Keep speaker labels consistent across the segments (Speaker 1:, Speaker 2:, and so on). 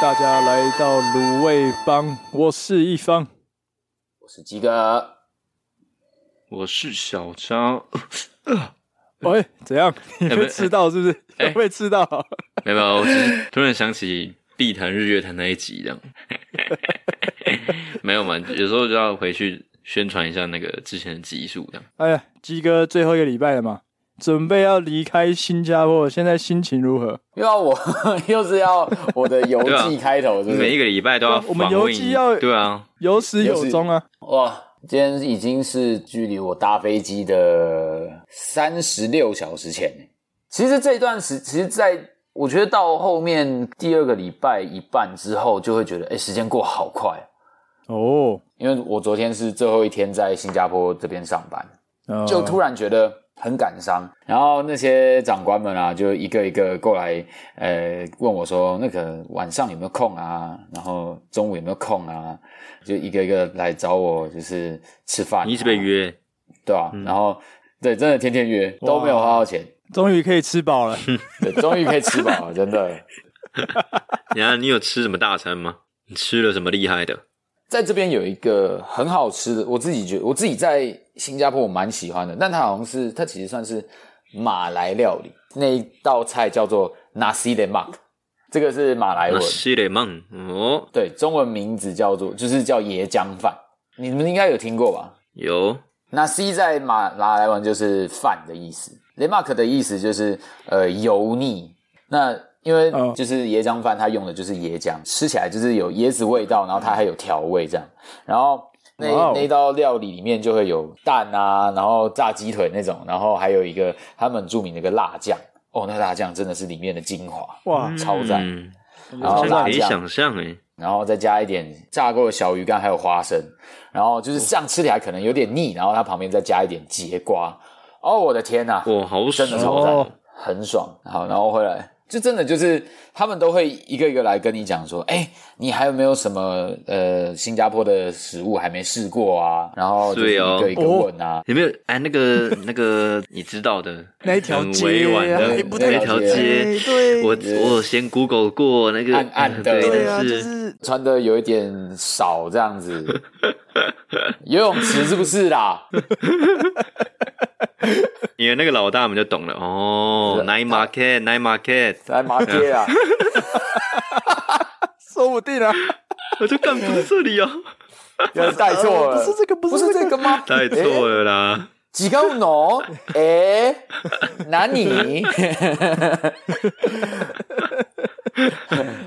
Speaker 1: 大家来到卤味帮，我是一方。
Speaker 2: 我是鸡哥，
Speaker 3: 我是小张，
Speaker 1: 喂、怎 样？你
Speaker 3: 哎不
Speaker 1: 被
Speaker 3: 是
Speaker 1: 吃到是不是？
Speaker 3: 哎
Speaker 1: 有被吃到？
Speaker 3: 没有没有，我只是突然想起碧潭日月潭那一集这 样。没有嘛，有时候就要回去宣传一下那个之前的集数这样。
Speaker 1: 哎呀，鸡哥最后一个礼拜了嘛，准备要离开新加坡，现在心情如何？
Speaker 2: 又要我 又是要我的游
Speaker 3: 对啊
Speaker 2: 记开头，是不
Speaker 3: 每一
Speaker 2: 是？
Speaker 3: 个礼拜都要
Speaker 1: 我们
Speaker 3: 访问
Speaker 1: 游记要
Speaker 3: 对啊，
Speaker 1: 有始有终啊！
Speaker 2: 哇，今天已经是距离我搭飞机的三十六小时前。其实这段时，其实在我觉得到后面第二个礼拜一半之后，就会觉得哎、时间过好快。
Speaker 1: 哦，
Speaker 2: 因为我昨天是最后一天在新加坡这边上班，
Speaker 3: 嗯
Speaker 1: 呃
Speaker 2: 就突然觉得很感伤。然后那些长官们啊，就一个一个过来，呃，问我说，那个晚上有没有空啊？然后中午有没有空啊？就一个一个来找我，就是吃饭、啊
Speaker 3: 你一直被，约，嗯
Speaker 2: 对啊，然后对，真的天天约，都没有花到钱，
Speaker 1: 终于可以吃 饱了。
Speaker 2: 对，终于可以吃饱了，真的。
Speaker 3: 然后你有吃什么大餐吗？你吃了什么厉害的？
Speaker 2: 在这边有一个很好吃的，我自己觉我自己在新加坡我蛮喜欢的，但它好像是它其实算是马来料理，那一道菜叫做 nasi lemak，这个是马来
Speaker 3: 那
Speaker 2: 文，
Speaker 3: 西雷曼哦，
Speaker 2: 对，中文名字叫做就是叫椰浆饭，你们应该有听过吧
Speaker 3: 有
Speaker 2: ？nasi 在马马来文就是饭的意思，lemak 的意思就是呃油腻，那。因为
Speaker 1: 嗯
Speaker 2: 就是椰浆饭，它用的就是椰浆，吃起来就是有椰子味道，然后它还有调味这样。然后那、
Speaker 1: 哇哦
Speaker 2: 那道料理里面就会有蛋啊，然后炸鸡腿那种，然后还有一个他们著名的一个辣酱。哦，那辣酱真的是里面的精华，
Speaker 1: 哇，
Speaker 2: 超赞
Speaker 3: 嗯
Speaker 2: 然后
Speaker 3: 这个可以
Speaker 2: 辣酱
Speaker 3: 想象哎诶，
Speaker 2: 然后再加一点炸过的小鱼干，还有花生，然后就是这样吃起来可能有点腻，然后它旁边再加一点节瓜。哦，我的天呐、
Speaker 3: 哇，好爽
Speaker 2: 真的超赞，
Speaker 1: 哦
Speaker 2: 很爽。好，然后回来就真的就是他们都会一个一个来跟你讲说，哎、你还有没有什么呃新加坡的食物还没试过啊？然后就是一
Speaker 3: 对哦
Speaker 2: 个一个问啊。
Speaker 3: 有没有？哎，那个那个，你知道的，
Speaker 1: 那一条
Speaker 3: 很
Speaker 1: 街
Speaker 3: 委婉的
Speaker 2: 哎不太
Speaker 3: 那条
Speaker 2: 了
Speaker 1: 解
Speaker 3: 街
Speaker 1: 哎，啊对
Speaker 3: 我我先 Google 过那个
Speaker 2: 暗暗的
Speaker 3: 对，
Speaker 1: 对啊，
Speaker 3: 但
Speaker 1: 就是是
Speaker 2: 穿的有一点少，这样子， 游泳池是不是啦？
Speaker 3: 因为那个老大们就懂了哦
Speaker 2: 是
Speaker 1: 啊
Speaker 3: ，night market night market，
Speaker 2: 来麻街啊！
Speaker 1: 说不定 啊，
Speaker 3: 我就干不是这里哦，
Speaker 2: 有人带错了，
Speaker 1: 哦不是这个不是
Speaker 2: 不是这个吗？
Speaker 3: 带错了啦，
Speaker 2: 几高浓？ 哎，哪里？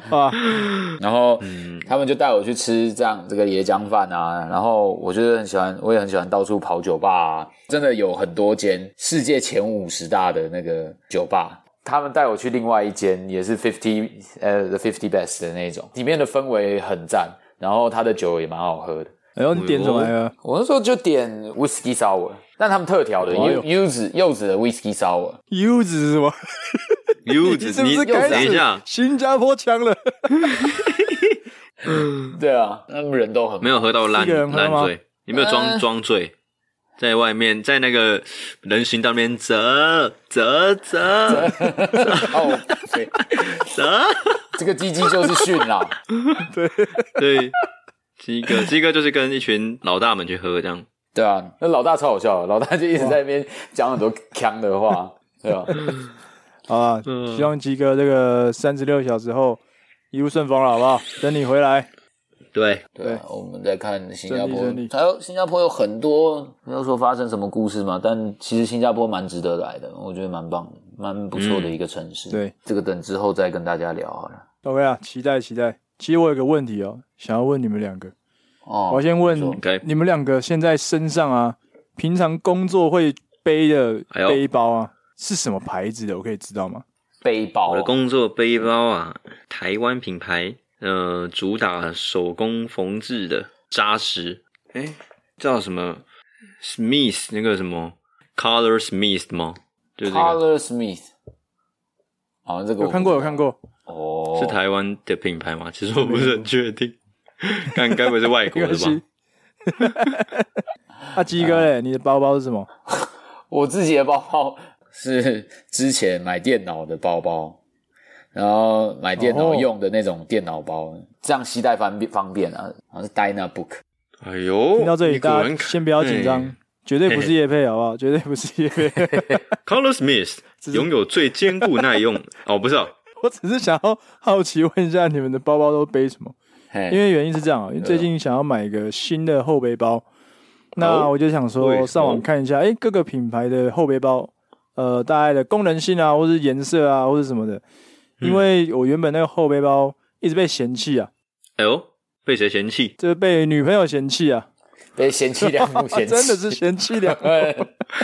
Speaker 1: 啊，
Speaker 2: 然后他们就带我去吃这样这个椰浆饭啊，然后我就是很喜欢，我也很喜欢到处跑酒吧、啊，真的有很多间世界前五十大的那个酒吧。他们带我去另外一间，也是 fifty 呃 the fifty best 的那种，里面的氛围很赞，然后它的酒也蛮好喝的。
Speaker 1: 然哎后你点什么来着？
Speaker 2: 我那时候就点 whisky sour，但他们特调的
Speaker 1: 哎呦
Speaker 2: 柚柚子柚子的 whisky sour，
Speaker 1: 柚子是什么？
Speaker 3: 柚
Speaker 1: 哎你
Speaker 3: 子，
Speaker 1: 是不
Speaker 3: 你
Speaker 1: 是
Speaker 3: 等
Speaker 1: 开
Speaker 3: 一
Speaker 1: 始
Speaker 3: 下，
Speaker 1: 新加坡腔了？
Speaker 2: 对啊，他们人都很
Speaker 3: 没有喝到烂
Speaker 1: 一个人喝吗
Speaker 3: 烂醉，你没有装
Speaker 2: 呃
Speaker 3: 装醉，在外面在那个人行道那边折折 折
Speaker 2: 哦， 对，
Speaker 3: 折，
Speaker 2: 这个鸡鸡就是训啦，
Speaker 3: 对，鸡哥鸡哥就是跟一群老大们去喝这样，
Speaker 2: 对啊，那老大超好笑的，老大就一直在那边讲很多腔的话，对啊吧、
Speaker 1: 好啊，希望鸡哥这个三十六小时后一路顺风了，好不好？等你回来，
Speaker 3: 对，
Speaker 2: 对啊，我们再看新加坡
Speaker 1: 顺利顺利，
Speaker 2: 还有新加坡有很多没有说发生什么故事嘛，但其实新加坡蛮值得来的，我觉得蛮棒的，蛮不错的一个城市。
Speaker 1: 对，
Speaker 2: 这个等之后再跟大家聊好了。
Speaker 1: OK 啊，期待期待。其实我有个问题哦，想要问你们两个。
Speaker 2: 哦，
Speaker 1: 我先问
Speaker 2: 没错
Speaker 3: OK
Speaker 1: 你们两个现在身上啊，平常工作会背的
Speaker 3: 哎呦
Speaker 1: 背包啊，是什么牌子的？我可以知道吗？
Speaker 2: 背包
Speaker 3: 我
Speaker 2: 啊
Speaker 3: 的工作背包啊，台湾品牌，呃，主打手工缝制的，扎实。哎，叫什么？Smith 那个什么 Color Smith 吗？就这个
Speaker 2: ，Color Smith，好像这个
Speaker 1: 有看过，有看
Speaker 2: 过
Speaker 1: 过。
Speaker 2: 哦，
Speaker 3: 是台湾的品牌吗？其实我不是很 确定，看该不会是外
Speaker 1: 没
Speaker 3: 国
Speaker 1: 关
Speaker 3: 的吧
Speaker 1: 系？。 啊，鸡哥嘞，你的包包是什么？
Speaker 2: 我自己的包包是之前买电脑的包包，然后买电脑用的那种电脑包，哦这样携带方便方便啊。好像是 Dynabook，
Speaker 3: 哎呦，
Speaker 1: 听到这里，
Speaker 3: 你果
Speaker 1: 大
Speaker 3: 然
Speaker 1: 家
Speaker 3: 看
Speaker 1: 先不要紧张
Speaker 3: 哎，
Speaker 1: 绝对不是叶配，好不好？绝对不是叶配。
Speaker 3: Color Smith
Speaker 1: 这是
Speaker 3: 拥有最坚固耐用哦，不是、哦，
Speaker 1: 我只是想要好奇问一下，你们的包包都背什么？
Speaker 2: 嘿
Speaker 1: 因为原因是这样啊，因为最近想要买一个新的后背包，那
Speaker 3: 哦
Speaker 1: 我就想
Speaker 3: 为什
Speaker 1: 说
Speaker 3: 么
Speaker 2: 哦
Speaker 1: 上网看一下，哎，各个品牌的后背包，呃，大概的功能性啊，或是颜色啊，或是什么的。
Speaker 2: 嗯
Speaker 1: 因为我原本那个后背包一直被嫌弃啊，
Speaker 3: 哎呦，被谁嫌弃？
Speaker 1: 就是被女朋友嫌弃 啊，
Speaker 2: 被嫌弃两 路嫌弃，哎
Speaker 1: 真的是嫌弃两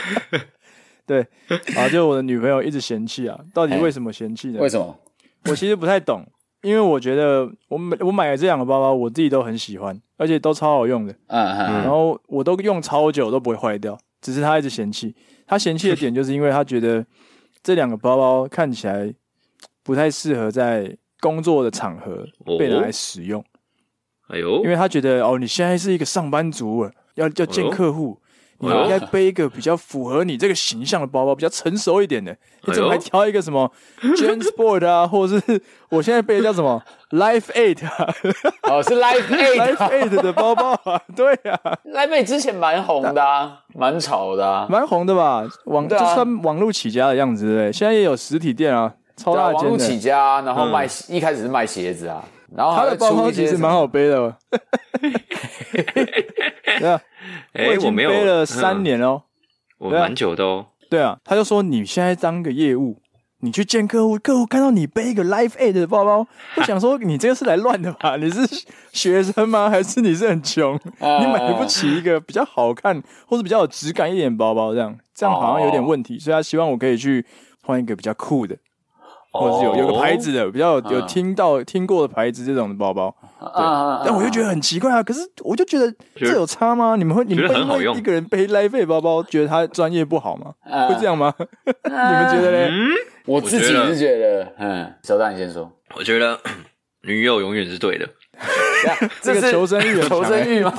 Speaker 1: 对，啊，就我的女朋友一直嫌弃啊，到底 为什么嫌弃呢？
Speaker 2: 哎为什么？
Speaker 1: 我其实不太懂，因为我觉得我买我买了这两个包包，我自己都很喜欢，而且都超好用的，
Speaker 2: 嗯嗯，
Speaker 1: 然后我都用超久都不会坏掉，只是他一直嫌弃。他嫌弃的点就是因为他觉得这两个包包看起来不太适合在工作的场合被拿来使用，
Speaker 3: 哎呦，
Speaker 1: 因为他觉得哦，你现在是一个上班族了，要要见客户。你
Speaker 3: 哎呦
Speaker 1: 应该背一个比较符合你这个形象的包包，比较成熟一点的。你怎么
Speaker 3: 哎
Speaker 1: 还
Speaker 3: 呦
Speaker 1: 挑一个什么 Jane Sport 啊，或者是我现在背的叫什么 Life Eight 啊
Speaker 2: 哦，是 Live
Speaker 1: ，Life
Speaker 2: Aid，Live
Speaker 1: Eight 的包包啊？对啊，
Speaker 2: Aid 之前蛮红的啊，蛮吵的啊，
Speaker 1: 蛮红的吧？网、
Speaker 2: 对
Speaker 1: 就
Speaker 2: 啊
Speaker 1: 算网络起家的样子，对不对？现在也有实体店啊，超
Speaker 2: 对啊，
Speaker 1: 大
Speaker 2: 网
Speaker 1: 间
Speaker 2: 络起
Speaker 1: 的。嗯
Speaker 2: 家啊，然后卖一开始是卖鞋子啊，然后
Speaker 1: 他
Speaker 2: 还会
Speaker 1: 的包
Speaker 2: 出
Speaker 1: 包
Speaker 2: 一些
Speaker 1: 其实
Speaker 2: 什么
Speaker 1: 蛮好背的
Speaker 2: 啊
Speaker 1: 哦，对啊，
Speaker 3: 哎，
Speaker 1: 已
Speaker 3: 我
Speaker 1: 经
Speaker 3: 没有
Speaker 1: 背了三，
Speaker 3: 嗯
Speaker 1: 年哦。
Speaker 3: 我
Speaker 1: 对啊
Speaker 3: 蛮久的哦。
Speaker 1: 对啊，他就说你现在当个业务，你去见客户，客户看到你背一个 Life Aid 的包包，会想说你这个是来乱的吧？ 你是学生吗？ 还是你是很穷？
Speaker 2: 啊
Speaker 1: 你买不起一个比较好看或者比较有质感一点的包包，这样这样好像有点问
Speaker 2: 哦
Speaker 1: 题，所以他希望我可以去换一个比较酷的，或者是有有个牌子的比较有有听到听过的牌子这种的包包。
Speaker 2: 啊啊啊
Speaker 1: 但我就觉得很奇怪啊，可是我就觉得这有差吗？你们会你们
Speaker 3: 觉得很好
Speaker 1: 会因为
Speaker 3: 用
Speaker 1: 一个人背 Life Aid 包包，觉得他专业不好吗？
Speaker 2: 啊
Speaker 1: 会这样吗？你们觉得嘞？
Speaker 3: 嗯，
Speaker 2: 我自己
Speaker 3: 我觉得
Speaker 2: 是觉得，嗯，小蛋你先说，
Speaker 3: 我觉得 女友永远是对的。
Speaker 1: 这个
Speaker 2: 是
Speaker 1: 求生欲很强欸啊
Speaker 2: 求 生欲吗？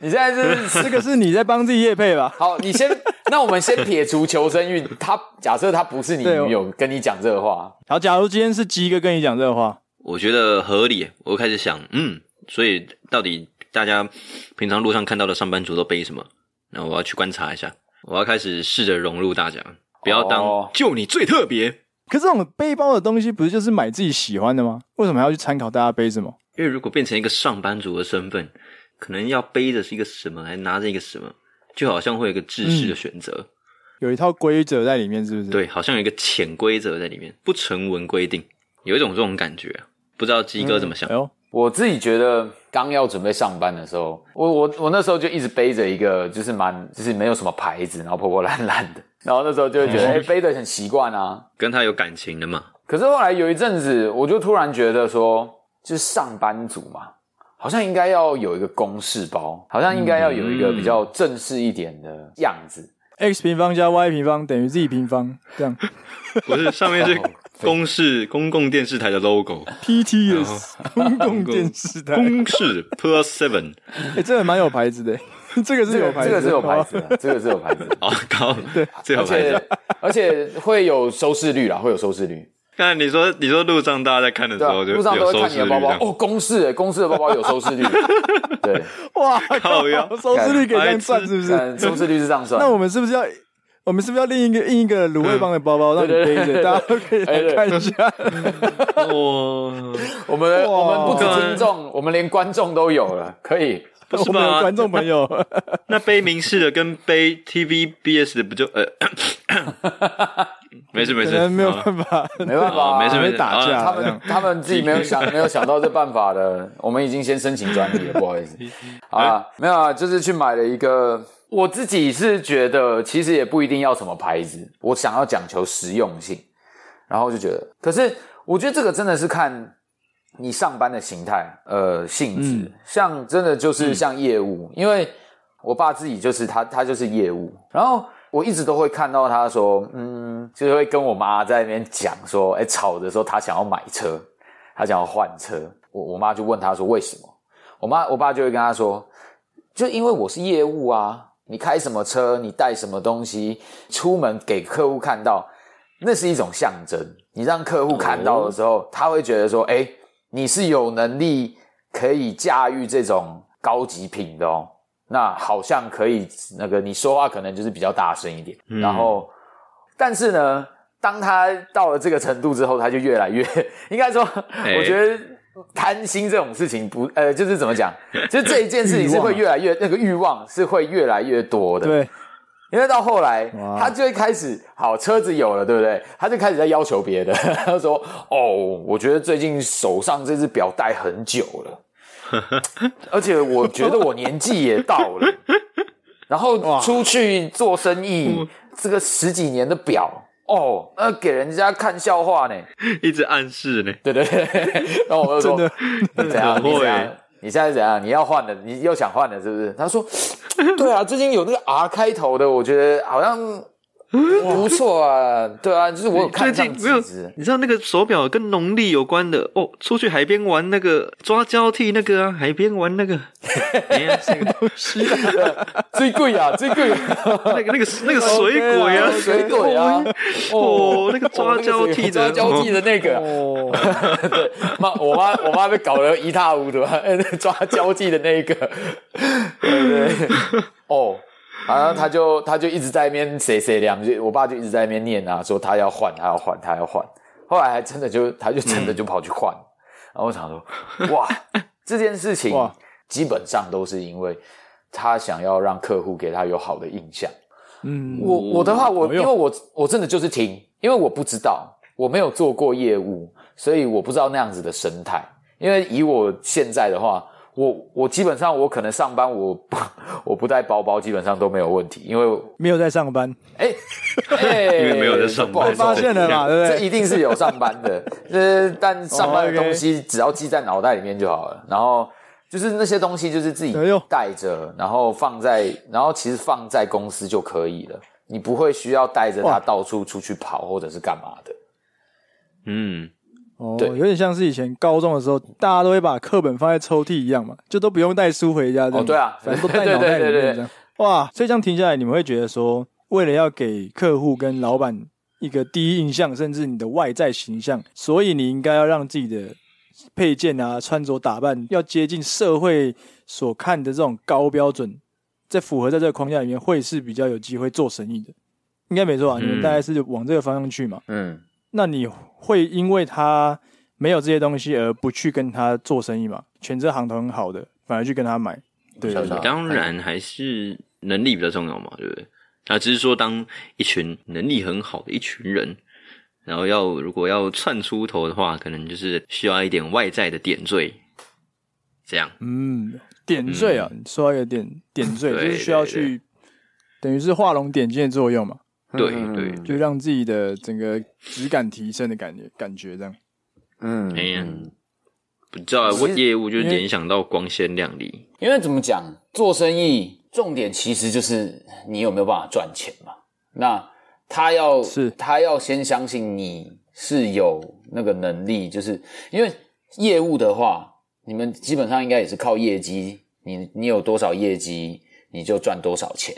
Speaker 2: 你现在是？
Speaker 1: 这个是你在帮自己业配吧
Speaker 2: 好，你先，那我们先撇除求生欲，他假设他不是你
Speaker 1: 对我
Speaker 2: 女友跟你讲这个话，
Speaker 1: 好，假如今天是鸡哥跟你讲这个话，
Speaker 3: 我觉得合理。我开始想，嗯，所以到底大家平常路上看到的上班族都背什么？那我要去观察一下，我要开始试着融入大家，不要
Speaker 2: 哦
Speaker 3: 当就你最特别。
Speaker 1: 可是这种背包的东西不是就是买自己喜欢的吗？为什么还要去参考大家背什么？
Speaker 3: 因为如果变成一个上班族的身份，可能要背着是一个什么，还拿着一个什么，就好像会有一个制式
Speaker 1: 嗯
Speaker 3: 的选择。
Speaker 1: 有一套规则在里面，
Speaker 2: 嗯
Speaker 1: 是不是？，
Speaker 3: 对，好像有一个潜规则在里面，不成文规定，有一种这种感觉、啊。不知道鸡哥怎么想？
Speaker 2: 嗯
Speaker 1: 哎呦，
Speaker 2: 我自己觉得刚要准备上班的时候，我我我那时候就一直背着一个，就是蛮就是没有什么牌子，然后破破烂烂的，然后那时候就会觉
Speaker 1: 嗯
Speaker 2: 得，哎、背的很习惯啊，
Speaker 3: 跟他有感情的嘛？
Speaker 2: 可是后来有一阵子，我就突然觉得说，就是上班族嘛，好像应该要有一个公事包，好像应该要有一个
Speaker 1: 嗯
Speaker 2: 比较正式一点的样子。
Speaker 1: x 平方加 y 平方等于 z 平方，这 样
Speaker 3: 不是，上面是
Speaker 2: 哦
Speaker 3: 公视公共电视台的 logo，
Speaker 1: PTS
Speaker 3: 哦
Speaker 1: 公 共电视台，
Speaker 3: 公视 Plus Seven。
Speaker 1: 哎，这个蛮有牌子的，这个是
Speaker 2: 这
Speaker 1: 有
Speaker 2: 个
Speaker 1: 牌
Speaker 2: 这
Speaker 1: 子的，
Speaker 2: 个是有牌
Speaker 1: 哦
Speaker 2: 子的，这个是有 牌子的，
Speaker 3: 哦，高，最好
Speaker 2: 而
Speaker 3: 牌子。
Speaker 2: 且而且会有收视率啦，会有收视率。
Speaker 3: 刚才你说，你说路上大家在看的时
Speaker 2: 对、啊，
Speaker 3: 候，就
Speaker 2: 路上都
Speaker 3: 有
Speaker 2: 会
Speaker 3: 收
Speaker 2: 看你
Speaker 3: 视
Speaker 2: 的
Speaker 3: 率
Speaker 2: 包
Speaker 3: 这
Speaker 2: 包
Speaker 3: 样。
Speaker 2: 哦，公式哎，公式的包包有 收视率，对，
Speaker 1: 哇
Speaker 3: 靠呀
Speaker 1: 靠，收视率给这样算是不是？
Speaker 2: 但收视率是这样算。
Speaker 1: 那我们是不是要，我们是不是要另一个印一个卤味帮的包包，让你背着，大家都可以来看一下？
Speaker 3: 哦，
Speaker 2: 我们的
Speaker 1: 哇
Speaker 2: 我们不止听众，我们连观众都有了，可以。
Speaker 3: 不是
Speaker 1: 我们有
Speaker 3: 吧？
Speaker 1: 观众朋友，
Speaker 3: 那背明视的跟背 TVBS 的不就 呃，没事没
Speaker 1: 可
Speaker 3: 事，
Speaker 1: 能没有
Speaker 3: 啊
Speaker 1: 办法，
Speaker 2: 没办法啊、
Speaker 3: 啊没事没
Speaker 1: 会
Speaker 3: 事，
Speaker 1: 打架
Speaker 3: 啊
Speaker 2: 他
Speaker 1: 这
Speaker 2: 们
Speaker 1: 样
Speaker 2: 他们自己没 有想没有想到这办法的，我们已经先申请专利了，不好 意思。好
Speaker 1: 哎
Speaker 2: 啊，没有啊，就是去买了一个。我自己是觉得，其实也不一定要什么牌子，我想要讲求实用性，然后就觉得，可是我觉得这个真的是看你上班的形态，呃，性质，
Speaker 1: 嗯
Speaker 2: 像真的就是像业务，因为我爸自己就是他，他就是业务，然后我一直都会看到他说，嗯，就是会跟我妈在那边讲说，哎、吵着说他想要买车，他想要换车，我我妈就问他说为什么，我妈我爸就会跟他说，就因为我是业务啊，你开什么车，你带什么东西，出门给客户看到，那是一种象征。你让客户看到的时候，他会觉得说，哎、你是有能力可以驾驭这种高级品的哦。那好像可以，那个你说话可能就是比较大声一点，
Speaker 3: 嗯
Speaker 2: 然后，但是呢，当他到了这个程度之后，他就越来 越，应该说，
Speaker 3: 哎
Speaker 2: 我觉得贪心这种事情不，呃，就是怎 么讲，就是这一件事情是会越来越那个欲望是会越来越多的，
Speaker 1: 对，
Speaker 2: 因为到后来
Speaker 1: 哇，
Speaker 2: 他就会开始，好车子有了，对不对？他就开始在要求别的， 他就说：“哦，我觉得最近手上这只表戴很久了，而且我觉得我年纪也到了，然后
Speaker 1: 哇
Speaker 2: 出去做生意，这个十几年的表，哦，那给人家看笑话呢。
Speaker 3: 一直暗示呢。
Speaker 2: 对对对，然后我就说
Speaker 1: 真的，
Speaker 2: 你怎样？
Speaker 3: 很会
Speaker 2: 你怎样？你现在怎样？你要换了，你又想换了是不是？他说， 对啊，最近有那个 R 开头的，我觉得好像不错啊，对啊，就是我有
Speaker 3: 最
Speaker 2: 看上
Speaker 3: 近没有
Speaker 2: 几只，，
Speaker 3: 你知道那个手表跟农历有关的哦，出去海边玩那个抓交替那个啊，海边玩 那个，哎呀那个
Speaker 2: 最贵啊， 最贵啊，
Speaker 3: 那个那个那个水果
Speaker 1: OK
Speaker 3: 呀
Speaker 1: 啦，
Speaker 2: 水鬼啊，
Speaker 3: 哦，那个抓
Speaker 2: 哦那个
Speaker 3: 交
Speaker 2: 水
Speaker 3: 替
Speaker 2: 抓
Speaker 3: 的，
Speaker 2: 交替的那个啊，
Speaker 1: 哦，
Speaker 2: 对，妈，我妈我妈被搞得一塌糊涂， 哎那抓交际的那一个，对对对，哦，然后他就他就一直在那边谁谁两句，我爸就一直在那边念啊，说他要换，他要换，他要换，后来还真的就他就真的就跑去换，然后我想说，哇，这件事情
Speaker 1: 哇
Speaker 2: 基本上都是因为他想要让客户给他有好的印象。
Speaker 1: 嗯，
Speaker 2: 我我的话，我
Speaker 1: 哎
Speaker 2: 因
Speaker 1: 呦
Speaker 2: 为我我真的就是听，因为我不知道，我没有做过业务，所以我不知道那样子的生态。因为以我现在的话，我我基本上我可能上班我不 我不带包包，基本上都没有问题，因为
Speaker 1: 没有在上班，
Speaker 2: 哎哎，
Speaker 3: 因为没有在上班
Speaker 2: 不好意思
Speaker 1: 发现了嘛，对不
Speaker 2: 这
Speaker 1: 对？
Speaker 2: 一定是有上班 的，呃，但上班的
Speaker 1: 哦 OK
Speaker 2: 东西只要记在脑袋里面就好了。然后就是那些东西就是自己
Speaker 1: 哎呦
Speaker 2: 带着，然后放在，然后其实放在公司就可以了，你不会需要带着它
Speaker 1: 哇
Speaker 2: 到处出去跑或者是干嘛的。
Speaker 3: 嗯，
Speaker 1: 哦，
Speaker 2: 对
Speaker 1: 有点像是以前高中的时候，大家都会把课本放在抽屉一样嘛，就都不用带书回家。这样
Speaker 2: 哦对啊
Speaker 1: 反正都 带脑袋里
Speaker 2: 对对对对
Speaker 1: 面这样。哇，所以这样停下来，你们会觉得说，为了要给客户跟老板一个第一印象，甚至你的外在形象，所以你应该要让自己的配件啊、穿着打扮要接近社会所看的这种高标准，在符合在这个框架里面，会是比较有机会做生意的。应该没错啊，你们
Speaker 3: 嗯
Speaker 1: 大概是往这个方向去嘛。
Speaker 2: 嗯，
Speaker 1: 那你会因为他没有这些东西而不去跟他做生意吗？全这行头很好的，反而去跟他买，对对
Speaker 2: 我想想
Speaker 1: 对，
Speaker 3: 当然还是能力比较重要嘛，对不对？那只是说，当一群能力很好的一群人，然后要如果要窜出头的话，可能就是需要一点外在的点缀，这样。
Speaker 1: 嗯，点缀啊，说到一个点点缀，就
Speaker 3: 对
Speaker 1: 是需要
Speaker 3: 对
Speaker 1: 去，等于是画龙点睛的作用嘛，
Speaker 3: 对
Speaker 2: 嗯
Speaker 3: 对，
Speaker 1: 就让自己的整个质感提升的感觉，感觉这样。
Speaker 2: 嗯
Speaker 3: 哎呀
Speaker 2: 嗯
Speaker 3: 不知道啊我
Speaker 2: 其实
Speaker 3: 业务就
Speaker 1: 因为
Speaker 3: 联想到光鲜亮丽，
Speaker 2: 因为怎么讲，做生意重点其实就是你有没有办法赚钱嘛。那他要
Speaker 1: 是
Speaker 2: 他要先相信你是有那个能力，就是因为业务的话，你们基本上应该也是靠业绩，你你有多少业绩，你就赚多少钱。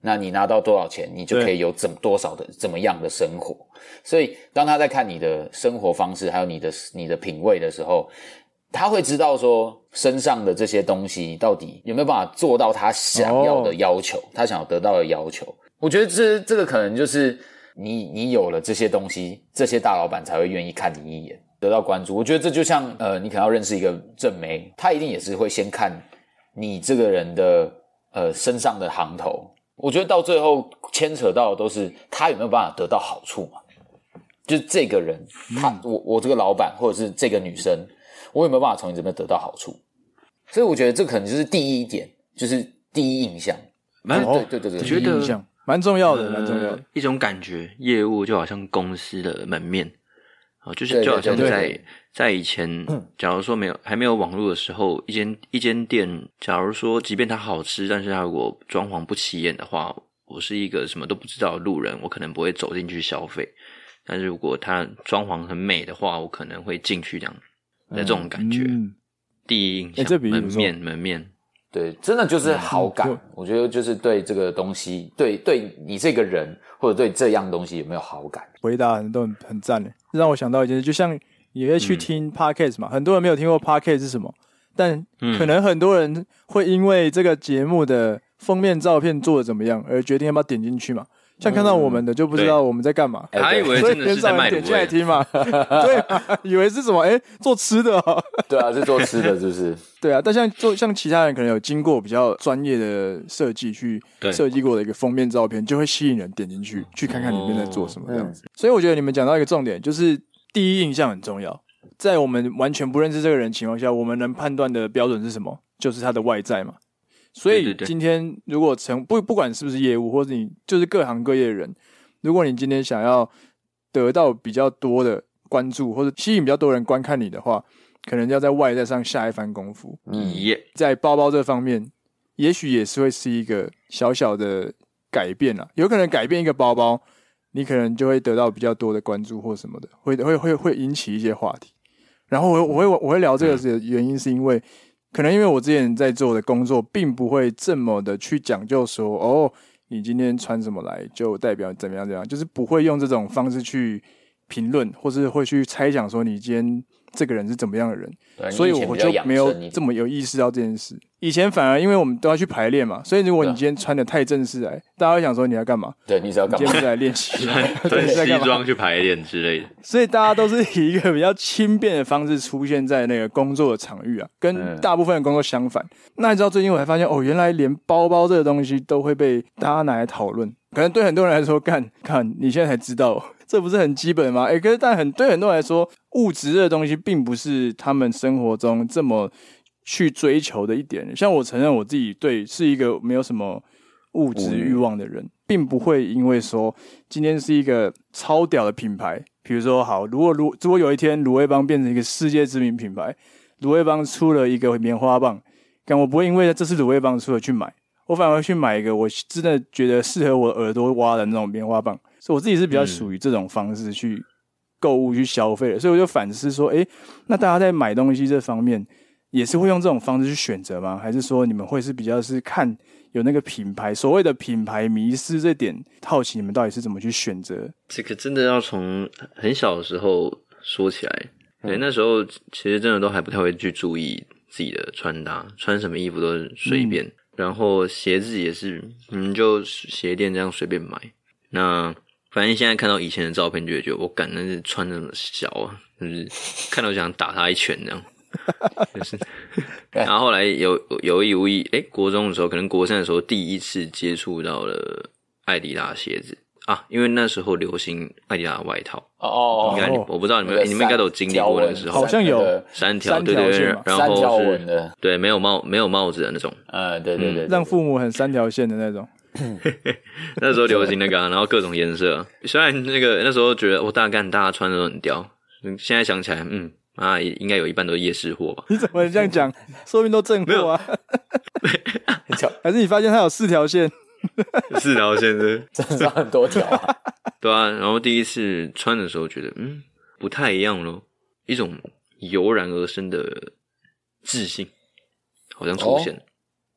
Speaker 2: 那你拿到多少钱，你就可以有怎多少的怎么样的生活。所以当他在看你的生活方式，还有你的你的品味的时候，他会知道说身上的这些东西到底有没有办法做到他想要的要求，他想要得到的要求。我觉得这这个可能就是你你有了这些东西，这些大老板才会愿意看你一眼，得到关注。我觉得这就像呃，你可能要认识一个正媒，他一定也是会先看你这个人的呃身上的行头。我觉得到最后牵扯到的都是他有没有办法得到好处嘛，就是这个人，他我我这个老板或者是这个女生，我有没有办法从你这边得到好处？所以我觉得这可能就是第一点，就是第一印象。
Speaker 3: 蛮
Speaker 2: 对对对对
Speaker 3: 哎我
Speaker 2: 对，
Speaker 3: 觉得
Speaker 1: 印象蛮重要的，
Speaker 3: 呃
Speaker 1: 蛮重要的。
Speaker 3: 一种感觉，业务就好像公司的门面啊，哦就是
Speaker 2: 对
Speaker 3: 就好像
Speaker 2: 对对
Speaker 3: 在
Speaker 2: 对
Speaker 3: 在以前，
Speaker 1: 嗯
Speaker 3: 假如说没有还没有网络的时候，一间一间店，假如说即便它好吃，但是它如果装潢不起眼的话，我是一个什么都不知道的路人，我可能不会走进去消费。但是如果它装潢很美的话，我可能会进去这样的这种感觉。
Speaker 1: 嗯，
Speaker 3: 第一印
Speaker 1: 哎
Speaker 3: 象，
Speaker 1: 这比喻
Speaker 3: 门
Speaker 1: 不错
Speaker 3: 面门面，
Speaker 2: 对，真的就是好感。
Speaker 1: 嗯
Speaker 2: 我觉得就是对这个东西，对对你这个人或者对这样东西有没有好感？
Speaker 1: 回答很多很很赞的，这让我想到一件事，就像也会
Speaker 3: 嗯
Speaker 1: 去听 podcast 嘛，很多人没有听过 podcast 是什么，但
Speaker 3: 嗯
Speaker 1: 可能很多人会因为这个节目的封面照片做的怎么样而决定要不要点进去嘛。像看到我们的就不知道我们在干嘛，
Speaker 2: 哎
Speaker 3: 嗯还以为
Speaker 1: 所以
Speaker 3: 真的
Speaker 1: 很
Speaker 3: 是
Speaker 1: 少
Speaker 3: 在卖
Speaker 1: 人点
Speaker 3: 卤
Speaker 1: 进来
Speaker 3: 味，
Speaker 1: 听嘛， 对啊，以为是什么哎、做吃的、哦，
Speaker 2: 对啊，是做吃的，是不是？
Speaker 1: 对啊，但像做像其他人可能有经过比较专业的设计去
Speaker 3: 对嗯
Speaker 1: 设计过的一个封面照片，就会吸引人点进去去看看里面在做什么这样
Speaker 2: 嗯
Speaker 1: 子。所以我觉得你们讲到一个重点，就是第一印象很重要。在我们完全不认识这个人的情况下，我们能判断的标准是什么？就是他的外在嘛。所
Speaker 3: 对
Speaker 1: 以
Speaker 3: 对对
Speaker 1: 今天如果成不不管是不是业务，或者你就是各行各业的人，如果你今天想要得到比较多的关注，或者吸引比较多人观看你的话，可能要在外在上下一番功夫。
Speaker 2: 嗯，
Speaker 3: 耶，，
Speaker 1: 在包包这方面，也许也是会是一个小小的改变啦。有可能改变一个包包，你可能就会得到比较多的关注或什么的，会会会会引起一些话题。然后我我会我会聊
Speaker 2: 嗯
Speaker 1: 这个的原因，是因为、可能因为我之前在做的工作，并不会这么的去讲究说，哦，你今天穿什么来就代表怎么样怎么样，就是不会用这种方式去评论，或是会去猜想说你今天这个人是怎么样的人。
Speaker 2: 对啊
Speaker 1: 所以
Speaker 2: 你以前
Speaker 1: 我
Speaker 2: 比较
Speaker 1: 就
Speaker 2: 养
Speaker 1: 没有
Speaker 2: 生一点
Speaker 1: 这么有意识到这件事。以前反而因为我们都要去排练嘛，所以如果你
Speaker 2: 对啊
Speaker 1: 今天穿的太正式来，大家会想说你要干嘛？
Speaker 2: 对，你是要
Speaker 1: 你
Speaker 2: 干
Speaker 1: 今
Speaker 2: 嘛？
Speaker 1: 天不是来练习
Speaker 3: 穿
Speaker 1: 对， 是在
Speaker 3: 西
Speaker 1: 干嘛？
Speaker 3: 装去排练之类的，
Speaker 1: 所以大家都是以一个比较轻便的方式出现在那个工作的场域啊，跟
Speaker 2: 嗯
Speaker 1: 大部分的工作相反。那你知道最近我才发现，哦，原来连包包这个东西都会被大家拿来讨论。可能对很多人来说，干看你现在才知道， 这不是很基本吗？诶，可是但很对很多人来说，物质这个东西并不是他们生活中这么去追求的一点。像我承认我自己对是一个没有什么物质欲望的人，并不会因为说今天是一个超屌的品牌，比如说好，如果如如果有一天卤味帮变成一个世界知名品牌，卤味帮出了一个棉花棒，但我不会因为这是卤味棒出了去买，我反而会去买一个我真的觉得适合我耳朵挖的那种棉花棒。所以我自己是比较
Speaker 3: 嗯
Speaker 1: 属于这种方式去购物、去消费的，所以我就反思说，诶、那大家在买东西这方面也是会用这种方式去选择吗？还是说你们会是比较是看有那个品牌所谓的品牌迷失这点，好奇你们到底是怎么去选择？
Speaker 3: 这个真的要从很小的时候说起来。对，那时候其实真的都还不太会去注意自己的穿搭，穿什么衣服都是随便，然后鞋子也是，嗯，就鞋店这样随便买。那反正现在看到以前的照片，就会觉得我感那是穿那么小啊，就是 看到就想打他一拳这样。就是，然后后来有有意无意，哎、国中的时候，可能国三的时候，第一次接触到了艾迪达鞋子啊，因为那时候流行艾迪达外套，
Speaker 2: 哦哦
Speaker 3: 应
Speaker 2: 哦
Speaker 3: 该你
Speaker 1: 哦
Speaker 3: 我不知道你
Speaker 2: 那
Speaker 3: 们、
Speaker 2: 个
Speaker 3: 你们应该都有经历过那个时
Speaker 2: 三条纹
Speaker 1: 好
Speaker 3: 候，
Speaker 1: 像有
Speaker 2: 那个
Speaker 3: 三条
Speaker 1: 三
Speaker 3: 对
Speaker 1: 条
Speaker 3: 对对
Speaker 1: 线嘛，
Speaker 3: 然
Speaker 2: 三条
Speaker 3: 后
Speaker 2: 纹
Speaker 3: 是，
Speaker 2: 的，
Speaker 3: 对，没有帽没有帽子的那 种，
Speaker 2: 嗯，对对对，对
Speaker 1: 让父母很三条线的那种，
Speaker 3: 那时候流行那个啊、然后各种颜色啊、虽然那个那时候觉得我大干大家穿的都很屌，嗯现在想起来，嗯啊，应该有一半都是夜市货吧，
Speaker 1: 你怎么这样讲？说不定都正货啊，
Speaker 2: 条
Speaker 1: 还是你发现它有四条线？
Speaker 3: 四条线是。
Speaker 2: 身上很多条啊，
Speaker 3: 对啊，然后第一次穿的时候觉得，嗯，不太一样咯，一种油然而生的自信好像出现了，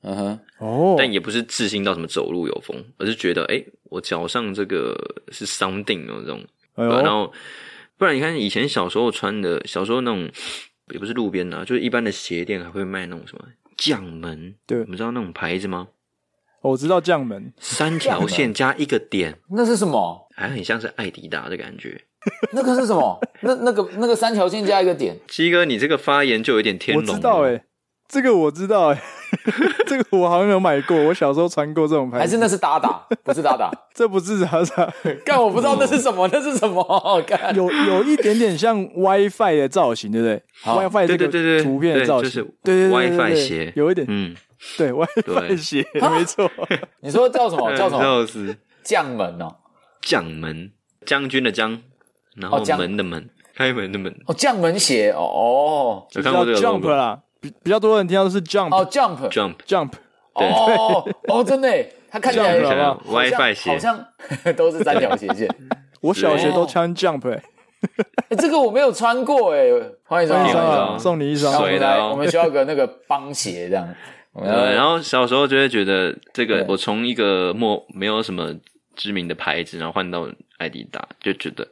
Speaker 2: 嗯哼，
Speaker 1: 哦
Speaker 3: 但也不是自信到什么走路有风，而是觉得，哎、我脚上这个是 something 哦，这种，
Speaker 1: 哎
Speaker 3: 对啊然
Speaker 1: 呦，
Speaker 3: 后不然你看以前小时候穿的，小时候那种也不是路边的、啊，就是一般的鞋店还会卖那种什么将门，
Speaker 1: 对
Speaker 3: 你们知道那种牌子吗？
Speaker 1: 我知道将门，
Speaker 3: 三条线加一个点，
Speaker 2: 那是什么？
Speaker 3: 还很像是艾迪达的感觉。
Speaker 2: 那个是什么？那那个那个三条线加一个点，
Speaker 3: 鸡哥，你这个发言就有点天
Speaker 1: 我
Speaker 3: 龙了。
Speaker 1: 知道哎、这个我知道哎、 这个我好像有买过，我小时候穿过这种牌子，
Speaker 2: 还是那是搭打，不是搭打？
Speaker 1: 这不是啥啥，
Speaker 2: 干，我不知道那是什么，那是什么？干，
Speaker 1: 有有一点点像 WiFi 的造型，对不对
Speaker 2: 好
Speaker 1: ？WiFi 这
Speaker 3: 对对对
Speaker 1: 个
Speaker 3: 对
Speaker 1: 图片的
Speaker 3: 对
Speaker 1: 造
Speaker 3: 就
Speaker 1: 型
Speaker 3: 是，
Speaker 1: 对对对
Speaker 3: WiFi
Speaker 1: 对对
Speaker 3: 鞋
Speaker 1: 有一点
Speaker 3: 嗯，
Speaker 1: 对 WiFi
Speaker 3: 对
Speaker 1: 鞋， 没错。
Speaker 2: 你说叫什么？哦叫什么？
Speaker 3: 笑死！
Speaker 2: 将门哦，
Speaker 3: 将门，将军的将，然后
Speaker 2: 哦将
Speaker 3: 门的门，开门的门。
Speaker 2: 哦，将门鞋哦哦
Speaker 3: 有
Speaker 1: 比
Speaker 3: 看
Speaker 1: 较
Speaker 3: 过这个
Speaker 1: jump
Speaker 3: logo
Speaker 1: 啦，比比较多人听到的是 jump、
Speaker 2: 哦，jump
Speaker 3: jump？
Speaker 1: jump，
Speaker 3: 对
Speaker 2: 哦哦，真的耶，它看起来
Speaker 1: Jump 好不好
Speaker 2: 好像
Speaker 3: WiFi 鞋
Speaker 2: 好像 都是三条斜线。
Speaker 1: 我小学
Speaker 2: 对
Speaker 3: 哦
Speaker 1: 都穿 jump 哎、
Speaker 2: 哎这个我没有穿过哎，欢迎收
Speaker 1: 欸，送
Speaker 2: 看
Speaker 1: 你一双
Speaker 3: 欢迎收看
Speaker 1: 啊，送你一双
Speaker 2: 那
Speaker 1: 啊
Speaker 2: 我。
Speaker 3: 水
Speaker 2: 们
Speaker 3: 的
Speaker 2: 来，
Speaker 3: 哦
Speaker 2: 我们需要个那个帮鞋这样。我们
Speaker 3: 对，
Speaker 2: 要
Speaker 3: 呃然后小时候就会觉得这个
Speaker 2: 对，
Speaker 3: 我从一个没没有什么知名的牌子，然后换到艾迪达，就觉得，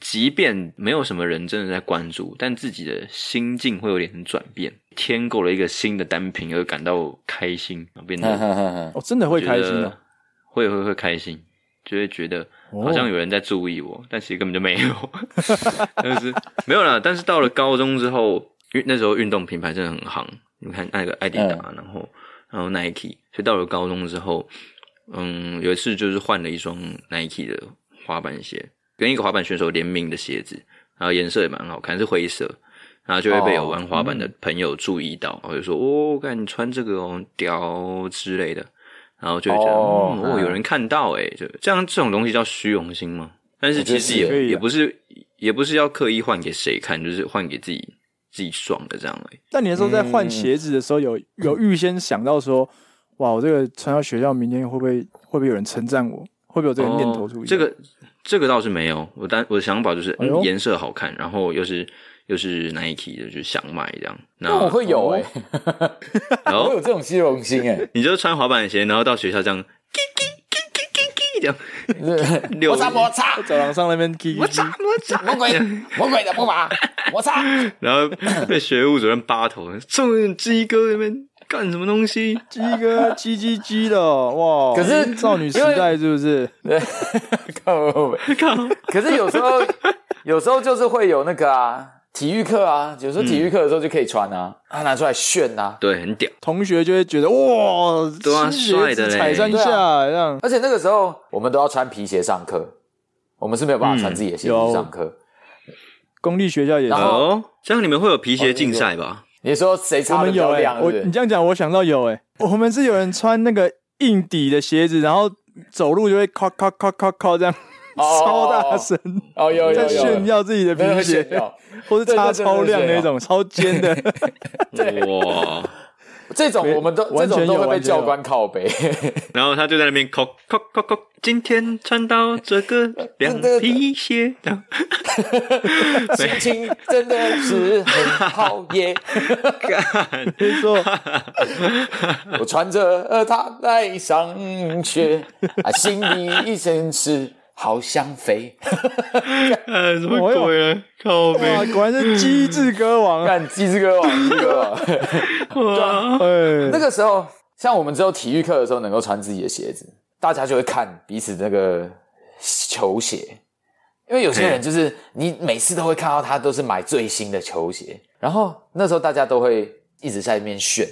Speaker 3: 即便没有什么人真的在关注，但自己的心境会有点转变。添购了一个新的单品而感到开心，变
Speaker 2: 哼
Speaker 3: 得
Speaker 2: 哼哼
Speaker 1: 哦，真的会开心
Speaker 3: 觉
Speaker 1: 的、
Speaker 3: 得会会会开心，就会觉得
Speaker 1: 哦
Speaker 3: 好像有人在注意我，但其实根本就没有， 但是没有啦。但是到了高中之后，因为那时候运动品牌真的很行，你看那个艾迪达，
Speaker 1: 嗯
Speaker 3: 然后然后 Nike，所以到了高中之后，嗯，有一次就是换了一双 Nike 的滑板鞋，跟一个滑板选手联名的鞋子，然后颜色也蛮好看，是灰色。然后就会被有玩滑板
Speaker 1: 哦嗯
Speaker 3: 的朋友注意到，我就说：“哦，看你穿这个哦，屌哦之类的。”然后就会觉得，
Speaker 2: 哦
Speaker 3: 嗯，哦，
Speaker 2: 嗯
Speaker 3: 有人看到哎、就这样这种东西叫虚荣心吗？但是其实
Speaker 2: 我觉得是
Speaker 1: 可以
Speaker 3: 也
Speaker 1: 啊
Speaker 3: 也不是也不是要刻意换给谁看，就是换给自己自己爽的这样而已。
Speaker 1: 但你那时候在
Speaker 3: 嗯
Speaker 1: 换鞋子的时候有，有预先想到说，哇，我这个穿到学校，明天会不会会不会有人称赞我？会不会有这个念头出现？
Speaker 3: 哦这个这个倒是没有，我但我的想法就是，
Speaker 1: 哎呦
Speaker 3: 嗯，颜色好看，然后又是又是 Nike 的，就想买这样。那
Speaker 2: 那我会有哎、
Speaker 3: 然
Speaker 2: 我
Speaker 3: 后
Speaker 2: 有这种虚荣心哎、
Speaker 3: 你就穿滑板鞋，然后到学校这样，叽叽叽叽叽叽这样
Speaker 2: 是
Speaker 3: 溜
Speaker 2: 摩擦摩擦，
Speaker 1: 走廊上那边踢踢
Speaker 3: 摩
Speaker 1: 踢
Speaker 3: 擦摩擦，
Speaker 2: 魔 鬼魔鬼的步伐，摩擦。
Speaker 3: 然后被学务主任扒头，送鸡哥那边干什么东西？
Speaker 1: 鸡哥鸡鸡鸡的哦，哇！
Speaker 2: 可是
Speaker 1: 少女时代是不是？
Speaker 2: 靠
Speaker 3: 靠！
Speaker 2: 可是有时候，有时候就是会有那个啊，体育课啊，有时候体育课的时候就可以穿啊，啊拿出来炫啊。
Speaker 3: 对，很屌。
Speaker 1: 同学就会觉得哇，
Speaker 3: 对啊
Speaker 1: 新鞋
Speaker 3: 帅的
Speaker 1: 子
Speaker 3: 嘞
Speaker 1: 踩三下
Speaker 2: 对啊
Speaker 1: 这样。
Speaker 2: 而且那个时候我们都要穿皮鞋上课，我们是没有办法穿自己的鞋子
Speaker 1: 嗯
Speaker 2: 上课。
Speaker 1: 公立学校也是
Speaker 2: 然，后
Speaker 3: 哦，这样你们会有皮鞋竞赛吧？
Speaker 2: 你说谁
Speaker 1: 我
Speaker 2: 擦的
Speaker 1: 们
Speaker 2: 比
Speaker 1: 有
Speaker 2: 较
Speaker 1: 哎、
Speaker 2: 亮？
Speaker 1: 我
Speaker 2: 是
Speaker 1: 你
Speaker 2: 不是
Speaker 1: 这样讲，我想到有哎、我们是有人穿那个硬底的鞋子，然后走路就会咔咔咔咔咔这样，
Speaker 2: 哦
Speaker 1: 超大声，
Speaker 2: 哦，有有
Speaker 1: 在
Speaker 2: 有有
Speaker 1: 炫耀自己的
Speaker 2: 那个
Speaker 1: 皮
Speaker 2: 会炫
Speaker 1: 鞋。
Speaker 2: 耀。
Speaker 1: 或是擦超亮那种
Speaker 2: 对
Speaker 1: 超尖的，
Speaker 3: 哇！
Speaker 2: 这种我们都这
Speaker 1: 完全有
Speaker 2: 种都会被
Speaker 1: 完全有
Speaker 2: 教官靠 背。
Speaker 3: 然后他就在那边扣扣扣扣，今天穿到这个凉皮鞋，这样
Speaker 2: 心情真的是很好耶！
Speaker 3: 干
Speaker 1: 没错，
Speaker 2: 我穿着呃它来上学啊，心里一阵是好想飞。
Speaker 3: 呃，什么鬼啊？
Speaker 2: 哦
Speaker 3: 靠
Speaker 1: 哇，
Speaker 3: 背
Speaker 1: 果然是机智歌王 啊！
Speaker 2: 看鸡之歌王，鸡之歌王。
Speaker 3: 哇！
Speaker 1: 哎，
Speaker 2: 那个时候，像我们只有体育课的时候能够穿自己的鞋子，大家就会看彼此那个球鞋，因为有些人就是你每次都会看到他都是买最新的球鞋，然后那时候大家都会一直在那边炫，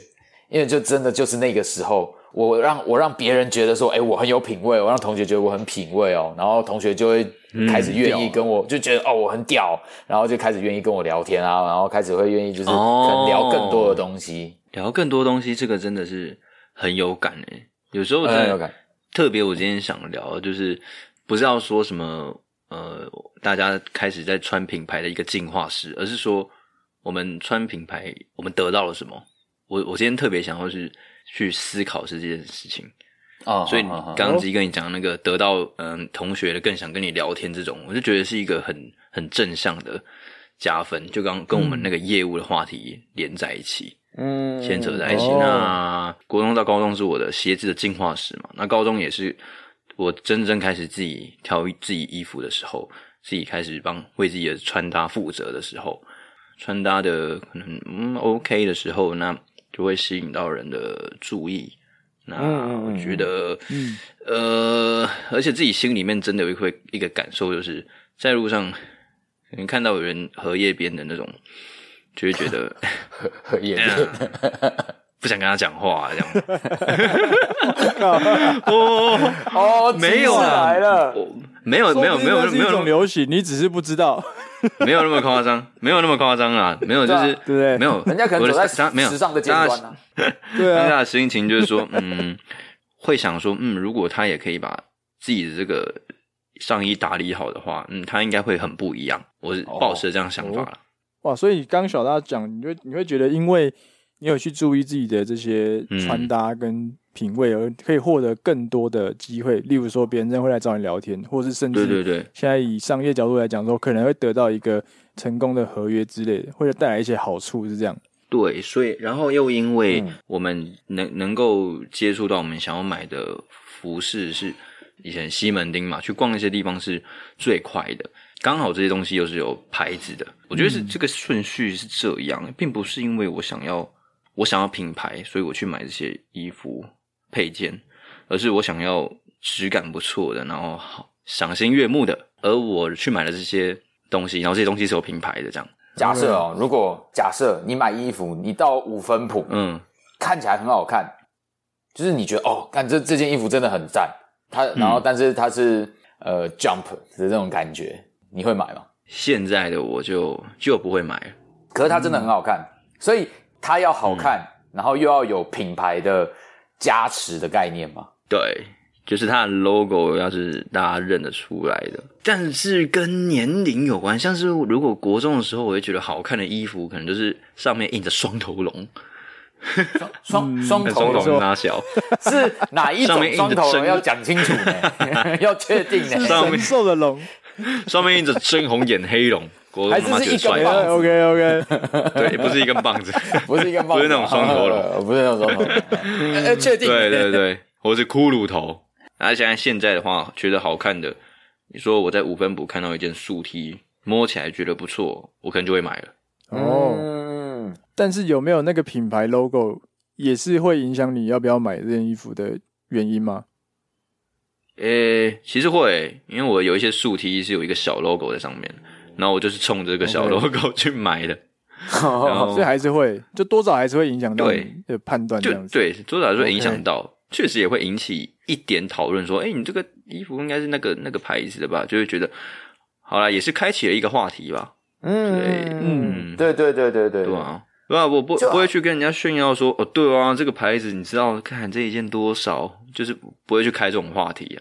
Speaker 2: 因为就真的就是那个时候。我让我让别人觉得说，哎、我很有品味，我让同学觉得我很品味哦，然后同学就会开始愿意
Speaker 3: 嗯屌
Speaker 2: 跟我，就觉得哦我很屌，然后就开始愿意跟我聊天啊，然后开始会愿意就是可能聊更多的东西，
Speaker 3: 聊更多东西，这个真的是很有感诶。有时候
Speaker 2: 嗯
Speaker 3: 真
Speaker 2: 很
Speaker 3: 的
Speaker 2: 有感
Speaker 3: 特别，我今天想聊就是不是要说什么呃，大家开始在穿品牌的一个进化史，而是说我们穿品牌，我们得到了什么？我我今天特别想要是去思考是这件事情，
Speaker 2: 啊、
Speaker 3: 哦所以
Speaker 2: 好好好
Speaker 3: 刚刚自己跟你讲那个得到嗯同学的更想跟你聊天这种，我就觉得是一个很很正向的加分，就刚跟我们那个业务的话题连在一起。
Speaker 2: 嗯
Speaker 3: 牵扯哎在一起。
Speaker 1: 哦
Speaker 3: 那啊国中到高中是我的鞋子的进化史嘛，那高中也是我真正开始自己挑自己衣服的时候，自己开始帮为自己的穿搭负责的时候，穿搭的可能嗯 OK 的时候，那就会吸引到人的注意。那
Speaker 2: 嗯嗯嗯
Speaker 3: 我觉得，
Speaker 1: 嗯
Speaker 3: 呃，而且自己心里面真的有一会一个感受，就是在路上，你看到有人荷叶边的那种，就会觉得
Speaker 2: 荷叶
Speaker 3: 嗯 不想跟他讲话，这 样。
Speaker 1: 靠
Speaker 3: 哦，
Speaker 2: 哦，
Speaker 3: 没有
Speaker 2: 机智
Speaker 3: 啦
Speaker 2: 来了，
Speaker 3: 我没有没有没有
Speaker 1: 说不定那是一
Speaker 3: 没有那
Speaker 1: 种
Speaker 3: 么
Speaker 1: 流行，你只是不知道。
Speaker 3: 没有那么夸张，没有那么夸张啊，没有就
Speaker 2: 对啊
Speaker 3: 是
Speaker 1: 对不对
Speaker 3: 没有，
Speaker 2: 人家可
Speaker 3: 我
Speaker 2: 能
Speaker 3: 的
Speaker 2: 走在
Speaker 3: 大没有
Speaker 2: 时尚的尖端
Speaker 3: 大
Speaker 2: 啊
Speaker 3: 家。
Speaker 1: 对
Speaker 3: 当
Speaker 1: 啊，
Speaker 3: 下的心情就是说， 嗯，会想说，嗯，如果他也可以把自己的这个上衣打理好的话，嗯，他应该会很不一样。我是抱持着这样想法
Speaker 2: 哦
Speaker 3: 了。
Speaker 1: 哇！所以刚小大讲，你会你会觉得，因为你有去注意自己的这些
Speaker 3: 嗯
Speaker 1: 穿搭跟品味，而可以获得更多的机会。例如说，别人会来找你聊天，或是甚
Speaker 3: 对对
Speaker 1: 至
Speaker 3: 对，
Speaker 1: 现在以商业角度来讲说，可能会得到一个成功的合约之类的，或者带来一些好处，是这样。
Speaker 3: 对，所以然后又因为我们能能够接触到我们想要买的服饰是以前西门町嘛，去逛那些地方是最快的。刚好这些东西又是有牌子的，我觉得是这个顺序是这样，并不是因为我想要我想要品牌，所以我去买这些衣服配件，而是我想要质感不错的，然后好赏心悦目的，而我去买了这些东西，然后这些东西是有品牌的，这样，
Speaker 2: 假设哦，如果假设你买衣服，你到五分铺，
Speaker 3: 嗯，
Speaker 2: 看起来很好看，就是你觉得哦，看这这件衣服真的很赞，它
Speaker 3: 嗯
Speaker 2: 然后但是它是呃 jump 的这种感觉，你会买吗？
Speaker 3: 现在的我就就不会买了。
Speaker 2: 可是它真的很好看，
Speaker 3: 嗯
Speaker 2: 所以它要好看，然后又要有品牌的加持的概念嘛。
Speaker 3: 对，就是它的 logo 要是大家认得出来的，但是跟年龄有关。像是如果国中的时候，我会觉得好看的衣服，可能就是上面印着双头龙，
Speaker 2: 双双头
Speaker 3: 双头啊
Speaker 2: 龙
Speaker 3: 龙拉小，
Speaker 2: 是哪一
Speaker 3: 上
Speaker 2: 种
Speaker 3: 面印着
Speaker 2: 双头龙？
Speaker 3: 针
Speaker 2: 要讲清楚呢， 要确定呢。
Speaker 3: 上面
Speaker 1: 神兽的龙，
Speaker 3: 上面印着真红眼黑龙。国中他妈
Speaker 2: 还是
Speaker 3: 觉得帅
Speaker 2: 是一 根，棒
Speaker 1: OK OK，
Speaker 3: 对，不是一根棒子，
Speaker 2: 不是一个帽 子，
Speaker 3: 不是那种双头龙，
Speaker 2: 呃， 不是那种双头龙，呃呃确定。
Speaker 3: 对对对，我是骷髅头。然后现在现在的话，觉得好看的，你说我在五分埔看到一件素 T，摸起来觉得不错，我可能就会买了。
Speaker 1: 哦，
Speaker 2: 嗯，
Speaker 1: 但是有没有那个品牌 logo 也是会影响你要不要买这件衣服的原因吗？
Speaker 3: 诶、其实会，因为我有一些竖梯是有一个小 logo 在上面，然后我就是冲着这个小
Speaker 1: OK
Speaker 3: logo 去买的。
Speaker 2: 哦
Speaker 3: 然后
Speaker 1: 所以还是会，就多少还是会影响到
Speaker 3: 对
Speaker 1: 你的判断这
Speaker 3: 就
Speaker 1: 样子。
Speaker 3: 对，多少说
Speaker 1: OK
Speaker 3: 影响到，确实也会引起一点讨论，说，哎、你这个衣服应该是那个那个牌子的吧？就会觉得，好啦，也是开启了一个话题吧，对
Speaker 2: 嗯嗯，
Speaker 3: 嗯
Speaker 2: 对对对对对
Speaker 3: 对啊？对啊，我不
Speaker 2: 就
Speaker 3: 不会去跟人家炫耀说，哦，对啊，这个牌子你知道，看这一件多少，就是不会去开这种话题啊。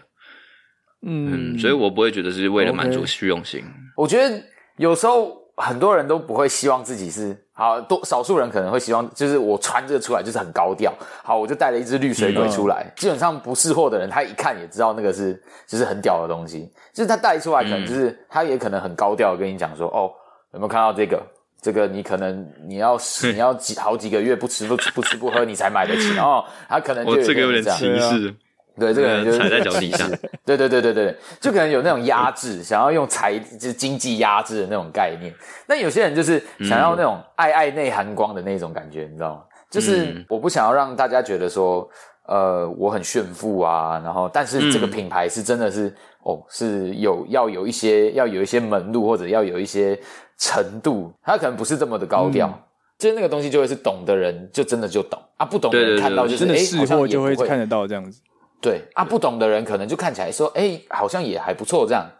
Speaker 3: 嗯，所以我不会觉得是为了满足
Speaker 1: OK
Speaker 3: 虚荣心。
Speaker 2: 我觉得有时候很多人都不会希望自己是好多，少数人可能会希望就是我穿这个出来就是很高调，好，我就带了一只绿水鬼出来。
Speaker 3: 嗯
Speaker 2: 基本上不识货的人，他一看也知道那个是就是很屌的东西，就是他带出来可能就是、他也可能很高调地跟你讲
Speaker 3: 嗯
Speaker 2: 说，哦，有没有看到这个？这个你可能你要你要几好几个月不吃不不吃不喝你才买得起哦，他可能就
Speaker 3: 我这个有
Speaker 2: 点
Speaker 3: 点
Speaker 2: 这样
Speaker 3: 歧视。哦呃
Speaker 2: 对，啊这个人就是
Speaker 3: 踩在脚底下。
Speaker 2: 对对对对对，就可能有那种压制，想要用财就是经济压制的那种概念。但有些人就是想
Speaker 1: 嗯
Speaker 2: 要那种爱爱内涵光的那种感觉，你知道吗？就是
Speaker 3: 嗯
Speaker 2: 我不想要让大家觉得说，呃，我很炫富啊，然后但是
Speaker 1: 嗯
Speaker 2: 这个品牌是真的是、哦，是有要有一些要有一些门路，或者要有一些程度，它可能不是这么的高调。
Speaker 1: 嗯
Speaker 2: 就是那个东西，就会是懂的人就真的就懂啊，不懂的
Speaker 3: 对
Speaker 2: 人
Speaker 3: 对对
Speaker 2: 看到就是
Speaker 1: 真的
Speaker 2: 诶
Speaker 1: 试
Speaker 2: 好像
Speaker 1: 货
Speaker 2: 也
Speaker 1: 就
Speaker 2: 不
Speaker 1: 会
Speaker 2: 会
Speaker 1: 看得到这样子。
Speaker 2: 对啊，不懂的人可能就看起来说，哎、好像也还不错这样，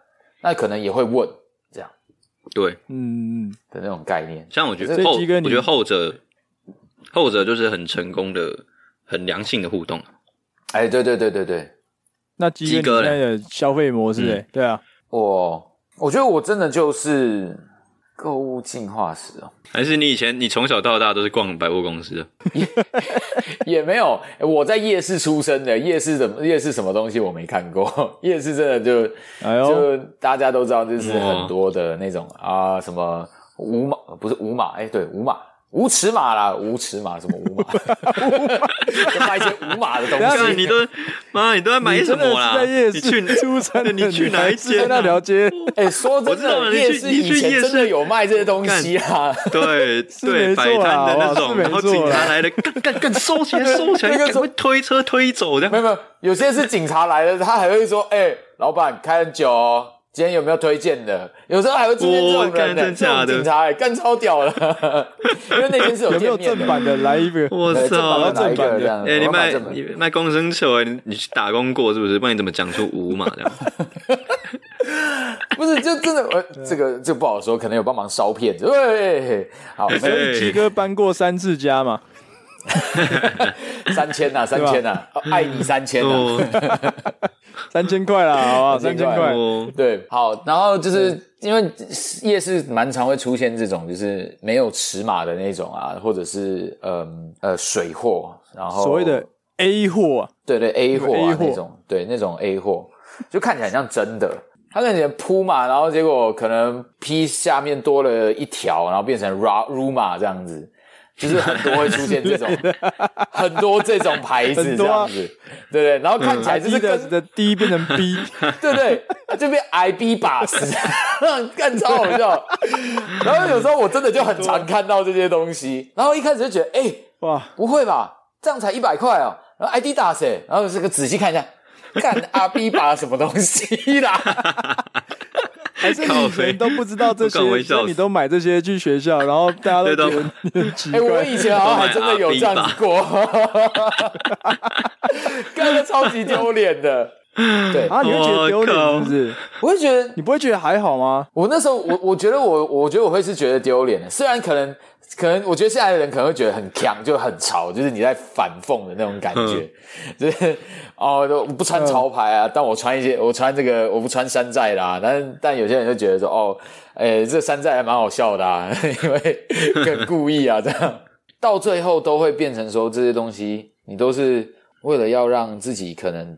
Speaker 2: 那可能也会问这样
Speaker 3: 对，
Speaker 1: 嗯，嗯
Speaker 2: 的那种概念。
Speaker 3: 像我觉
Speaker 1: 这
Speaker 3: 得后，
Speaker 1: 鸡跟你
Speaker 3: 我觉得后者，后者就是很成功的、很良性的互动。啊
Speaker 2: 哎、对对对对对，
Speaker 1: 那基于
Speaker 3: 鸡
Speaker 1: 你
Speaker 3: 哥
Speaker 1: 现
Speaker 3: 嘞嗯
Speaker 1: 在的消费模式、欸，对啊，
Speaker 2: 我我觉得我真的就是购物进化 史哦，
Speaker 3: 还是你以前你从小到大都是逛百货公司的？
Speaker 2: 也没有、哎我在夜市出生的，夜市怎么夜市什么东西我没看过， 夜市真的就
Speaker 1: 哎呦，嗯
Speaker 2: 就大家都知道，就是
Speaker 3: 哇
Speaker 2: 很多的那种啊、什么五马不是五马，哎、对，五马无尺码啦，无尺码什么五马， 无码就卖一些无码的东
Speaker 1: 等一下
Speaker 2: 西。
Speaker 3: 看你都妈，你都在买
Speaker 1: 啊你
Speaker 3: 什
Speaker 1: 真的
Speaker 3: 么
Speaker 1: 是
Speaker 3: 啦？
Speaker 1: 在夜市
Speaker 3: 你去
Speaker 1: 出生的，
Speaker 3: 你去哪一
Speaker 1: 是在
Speaker 3: 间、
Speaker 1: 那条
Speaker 3: 啊？
Speaker 1: 街？
Speaker 2: 哎、说
Speaker 3: 我
Speaker 2: 真
Speaker 3: 知道
Speaker 2: 的，
Speaker 3: 了你
Speaker 2: 夜
Speaker 3: 去
Speaker 2: 市
Speaker 3: 你去
Speaker 2: 以前
Speaker 3: 夜
Speaker 2: 真的
Speaker 3: 市
Speaker 2: 有卖这些东西啊。
Speaker 3: 对 对，
Speaker 1: 没错
Speaker 3: 摆摊
Speaker 1: 啦
Speaker 3: 的那
Speaker 1: 哇是
Speaker 3: 种，
Speaker 1: 没
Speaker 3: 然后
Speaker 1: 错啊
Speaker 3: 警察
Speaker 1: 啦
Speaker 3: 来了，干干干，收起来收起来，
Speaker 2: 那个
Speaker 3: 赶
Speaker 2: 时候
Speaker 3: 快推车推走这
Speaker 2: 没
Speaker 3: 样。
Speaker 2: 有没有，有些是警察来了，他还会说：“哎、老板开很久哦，今天有没有推荐的？”有时候还会出现这种
Speaker 3: 哇哦干
Speaker 2: 人、呢，
Speaker 3: 真
Speaker 2: 这
Speaker 3: 假
Speaker 2: 种
Speaker 3: 的
Speaker 2: 警察、哎，干超 屌了。因为那天是有
Speaker 1: 有没有
Speaker 2: 店
Speaker 1: 正
Speaker 2: 面的。
Speaker 1: 版的来一个？
Speaker 3: 我
Speaker 2: 对，正
Speaker 3: 操
Speaker 2: 版！的哪一
Speaker 1: 正版
Speaker 2: 个
Speaker 1: 的
Speaker 2: 这样？
Speaker 3: 哎、你
Speaker 2: 我买
Speaker 3: 卖
Speaker 2: 正版
Speaker 3: 你卖公升球哎、你你去打工过是不是？不然你怎么讲出五嘛 这样？
Speaker 2: 不是，就真的，呃，这个这个不好说，可能有帮忙烧骗子。喂，好，
Speaker 1: 所
Speaker 3: 哎
Speaker 1: 以鸡哥搬过三次家嘛？
Speaker 2: 三千呐，三千呐，哦爱你三千呐。
Speaker 3: 哦
Speaker 1: 三千块啦，好吧，
Speaker 2: 三
Speaker 1: 三
Speaker 2: 千
Speaker 1: 千
Speaker 2: 块
Speaker 1: 块。
Speaker 3: 哦，
Speaker 2: 对，好，然后就是因为夜市蛮常会出现这种，就是没有尺码的那种啊，或者是嗯呃水货，然
Speaker 3: 哦
Speaker 2: 后
Speaker 1: 所谓的 A 货、啊，
Speaker 2: 对对 A 货啊
Speaker 1: A 货
Speaker 2: 那种，对那种 A 货，就看起来很像真的。它看起来铺嘛，然后结果可能 P 下面多了一条，然后变成 Ra Ruma 这样子，就是很多会出现 这种很多这种牌子
Speaker 1: 很
Speaker 2: 这
Speaker 1: 多啊
Speaker 2: 样子，对不对？然后看起来就是跟、
Speaker 1: Adidas 的 D 变成 B，
Speaker 2: 对不对？这边 I B 把死，干超好笑。然后有时候我真的就很常看到这些东西，然后一开始就觉得，哎、
Speaker 1: 哇，
Speaker 2: 不会吧？这样才一百块哦。然后 ID 打谁？然后这个仔细看一下，干阿 B 把什么东西啦？
Speaker 1: 还是你以前 都不知道这些，
Speaker 3: 靠背
Speaker 1: 所
Speaker 3: 我敢微笑死
Speaker 1: 以你都买这些去学校，然后大家都觉
Speaker 3: 对
Speaker 1: 得你很奇
Speaker 2: 哎、我
Speaker 1: 怪。
Speaker 2: 以前好像还真的有这样子过，干的超级丢脸的。对，
Speaker 1: 啊，你会觉得丢脸是不是？
Speaker 2: 我就觉得
Speaker 1: 你不会觉得还好吗？
Speaker 2: 我那时候，我我觉得我，我觉得我会是觉得丢脸的。虽然可能，可能我觉得现在的人可能会觉得很强，就很潮，就是你在反讽的那种感觉， 就是哦，我不穿潮牌啊，但我穿一些，我穿这个，我不穿山寨啦、但但有些人就觉得说，哦，诶、这山寨还蛮好笑的、啊， 因为很故意啊，这样到最后都会变成说这些东西，你都是为了要让自己可能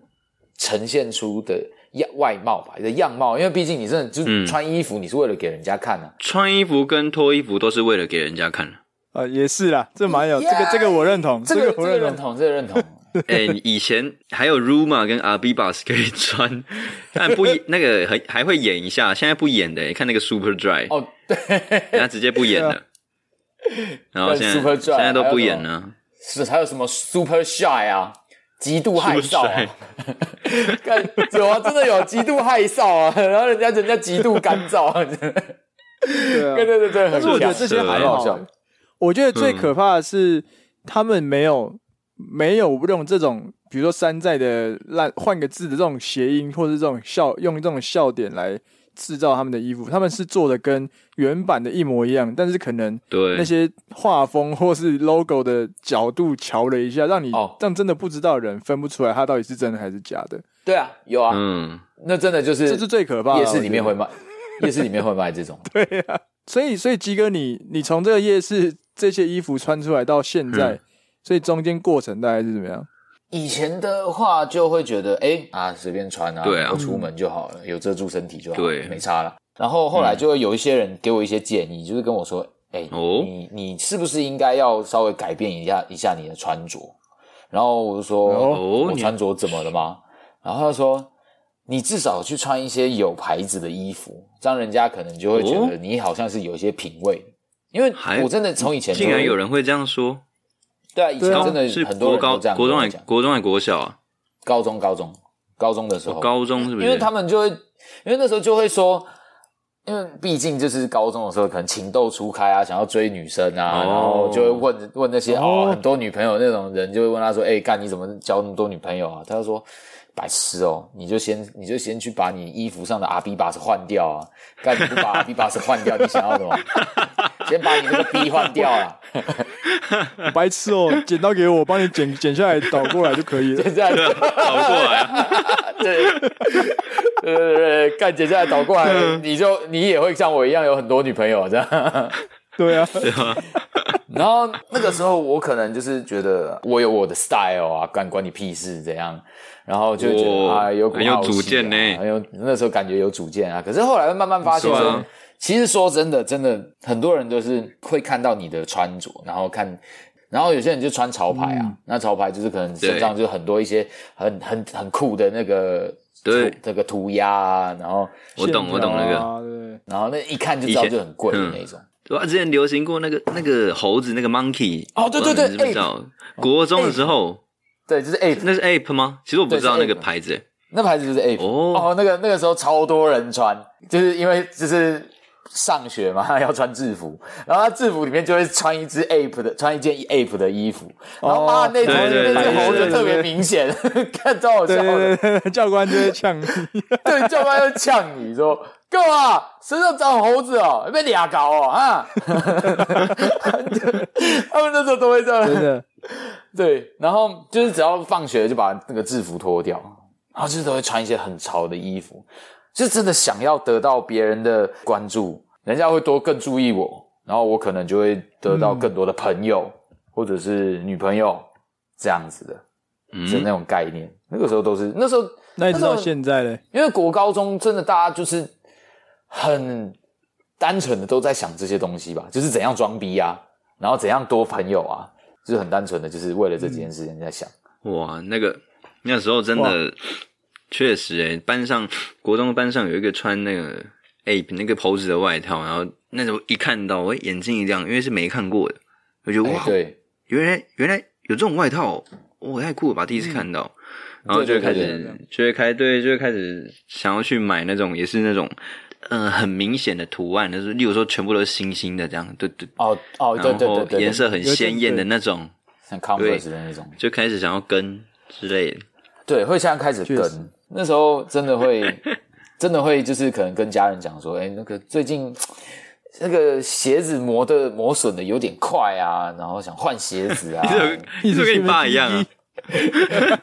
Speaker 2: 呈现出的样外貌吧，你的样貌，因为毕竟你真的就是
Speaker 3: 嗯
Speaker 2: 穿衣服，你是为了给人家看啊。
Speaker 3: 穿衣服跟脱衣服都是为了给人家看。
Speaker 1: 啊，也是啦，这蛮有这
Speaker 2: Yeah，
Speaker 1: 个这个我认同，
Speaker 2: 这
Speaker 1: 这
Speaker 2: 个
Speaker 1: 个
Speaker 2: 这
Speaker 1: 我
Speaker 2: 个
Speaker 1: 认
Speaker 2: 认
Speaker 1: 同。
Speaker 2: 同，这个认同。
Speaker 3: 哎、你以前还有 Ruma 跟 Abibas 可以穿，但不演那个还还会演一下，现在不演的、看那个 Super Dry，
Speaker 2: 哦，对
Speaker 3: 人家直接不演 了。然后现在
Speaker 2: Superdry，
Speaker 3: 现在都不演
Speaker 2: 还有
Speaker 3: 了，
Speaker 2: 是还有什么 super shy 啊，极度 害臊啊，看有啊，真的有极度害臊啊， 然后人家人家极度干燥啊，
Speaker 1: 对啊
Speaker 2: 对对对对，
Speaker 1: 但是我觉得这些
Speaker 3: 很
Speaker 1: 还
Speaker 2: 很好
Speaker 1: 好
Speaker 2: 笑
Speaker 1: 欸，，我觉得最可怕的是他们没有没有用这种，比如说山寨的烂换个字的这种谐音，或是这种笑用这种笑点来制造他们的衣服，他们是做的跟原版的一模一样，但是可能
Speaker 3: 对
Speaker 1: 那些画风或是 logo 的角度瞧了一下，让你
Speaker 2: 哦
Speaker 1: 让真的不知道的人分不出来它到底是真的还是假的，
Speaker 2: 对啊，有啊，
Speaker 3: 嗯，
Speaker 2: 那真的就是
Speaker 1: 这是最可怕的。
Speaker 2: 夜市里面
Speaker 1: 我觉
Speaker 2: 会
Speaker 1: 得
Speaker 2: 卖，夜市里面会卖这 种，
Speaker 1: 所以，所以鸡哥你，你从这个夜市这些衣服穿出来到现在，
Speaker 3: 嗯
Speaker 1: 所以中间过程大概是怎么样？
Speaker 2: 以前的话就会觉得，哎、啊，随便穿啊，
Speaker 3: 对啊
Speaker 2: 我出门就好了，有遮住身体就好了，
Speaker 3: 对
Speaker 2: 没差了。然后后来就会有一些人给我一些建议，就是跟我说，哎、
Speaker 3: 哦
Speaker 2: 你你是不是应该要稍微改变一下一下你的穿着？然后我就说，
Speaker 3: 哦
Speaker 2: 我
Speaker 3: 你
Speaker 2: 穿着怎么了吗？然后他说，你至少去穿一些有牌子的衣服，这样人家可能就会觉
Speaker 3: 哦
Speaker 2: 得你好像是有一些品味的。因为
Speaker 3: 还
Speaker 2: 我真的从以前就
Speaker 3: 竟然有人会这样说，
Speaker 2: 对啊，以前
Speaker 1: 对啊
Speaker 2: 真的
Speaker 3: 是
Speaker 2: 很
Speaker 3: 国
Speaker 2: 多人
Speaker 3: 高
Speaker 2: 都这样跟
Speaker 3: 国中
Speaker 2: 我
Speaker 3: 还
Speaker 2: 讲。
Speaker 3: 国中还国小啊，
Speaker 2: 高中高中高中的时候，
Speaker 3: 高中是不是？
Speaker 2: 哦因为他们就会，因为那时候就会说，因为毕竟就是高中的时候，可能情窦初开啊，想要追女生
Speaker 3: 哦
Speaker 2: 啊，然后就会问问那些哦
Speaker 1: 哦
Speaker 2: 很多女朋友那种人，就会问他说，哎、干你怎么交那么多女朋友啊？他就说。白痴哦！你就先你就先去把你衣服上的阿 B 把子换掉啊！干你不把阿 B 把子换掉，你想要什么？先把你那个 B 换掉啊！
Speaker 1: 白痴哦、 剪刀给我，我帮你剪剪下来，倒过来就可以 了。
Speaker 2: 就这样子，
Speaker 3: 倒过来 啊，
Speaker 2: 对，呃，干姐下来倒过来，你就你也会像我一样有很多女朋友这样。
Speaker 1: 对啊，
Speaker 2: 然后那个时候我可能就是觉得我有我的 style 啊，干关你屁事怎样，然后就觉得
Speaker 3: 哇
Speaker 2: 啊有股
Speaker 3: 很有
Speaker 2: 傲气啊
Speaker 3: 主见呢
Speaker 2: 很有那时候感觉有主见啊。可是后来慢慢发现
Speaker 3: 是
Speaker 2: 说，
Speaker 3: 啊
Speaker 2: 其实说真的，真的很多人都是会看到你的穿着，然后看。然后有些人就穿潮牌啊，
Speaker 3: 嗯
Speaker 2: 那潮牌就是可能身上就很多一些很很很酷的那个
Speaker 3: 对
Speaker 2: 涂这个涂鸦啊，然后
Speaker 3: 我懂我懂那个，
Speaker 1: 个。
Speaker 2: 然后那一看就知道
Speaker 3: 以前嗯
Speaker 2: 就很贵的那种。
Speaker 3: 对吧？之前流行过那个那个猴子那个 monkey，
Speaker 2: 哦对对对哎
Speaker 3: 我不知道你知不知道？国中的时候，
Speaker 2: 对，就是哎 ape
Speaker 3: 那是 ape 吗？其实我不知道
Speaker 2: 对
Speaker 3: 那
Speaker 2: 是
Speaker 3: 个
Speaker 2: ape
Speaker 3: 牌子，
Speaker 2: 那牌子就是 A
Speaker 3: 哦
Speaker 2: 哦，那个那个时候超多人穿，就是因为就是上学嘛， 要穿制服，然后他制服里面就会穿一只 A p 的，穿一件 A p 的衣服，然后妈那只
Speaker 3: 对对对
Speaker 2: 那只
Speaker 1: 哦对
Speaker 2: 猴子
Speaker 1: 对对
Speaker 2: 特别明显， 看超好
Speaker 1: 对
Speaker 2: 笑的
Speaker 1: 对，对对，教官就会呛你。
Speaker 2: 对，教官要呛你说。干嘛？身上长猴子哦，被俩搞哦啊！ 他们那时候都会这样，
Speaker 1: 真的，
Speaker 2: 对，然后就是只要放学就把那个制服脱掉，然后就是都会穿一些很潮的衣服，就真的想要得到别人的关注，人家会多更注意我，然后我可能就会得到更多的朋友、或者是女朋友这样子的，是那
Speaker 3: 嗯，
Speaker 2: 种概念。那个时候都是那时候，
Speaker 1: 那一直到
Speaker 2: 时候
Speaker 1: 现在嘞，
Speaker 2: 因为国高中真的大家就是很单纯的都在想这些东西吧，就是怎样装逼啊，然后怎样多朋友啊，就是很单纯的，就是为了这几件事情在想。
Speaker 3: 哇，那个那时候真的 确实诶、班上国中班上有一个穿那个诶、那个袍子的外套，然后那时候一看到我眼睛一亮，因为是没看过的，我觉得
Speaker 2: 哎
Speaker 3: 哇，
Speaker 2: 对，
Speaker 3: 原来原来有这种外套哦，我、太酷了吧！第一次看到，然后就会开
Speaker 2: 嗯对对
Speaker 1: 对
Speaker 3: 始就会开对就会开始想要去买那种也是那种呃很明显的图案，就是例如说全部都是星星的这样，对对，
Speaker 2: 哦哦，对对对
Speaker 3: 然后
Speaker 2: 对对，
Speaker 3: 颜色很鲜艳的那种，
Speaker 2: 像 Converse 的那种，
Speaker 3: 就开始想要跟之类的。
Speaker 2: 对，会现在开始
Speaker 1: 确实
Speaker 2: 跟。那时候真的会，真的会就是可能跟家人讲说，哎、那个最近那个鞋子磨的磨损的有点快啊，然后想换鞋子啊，
Speaker 3: 你是不是跟你爸一样啊？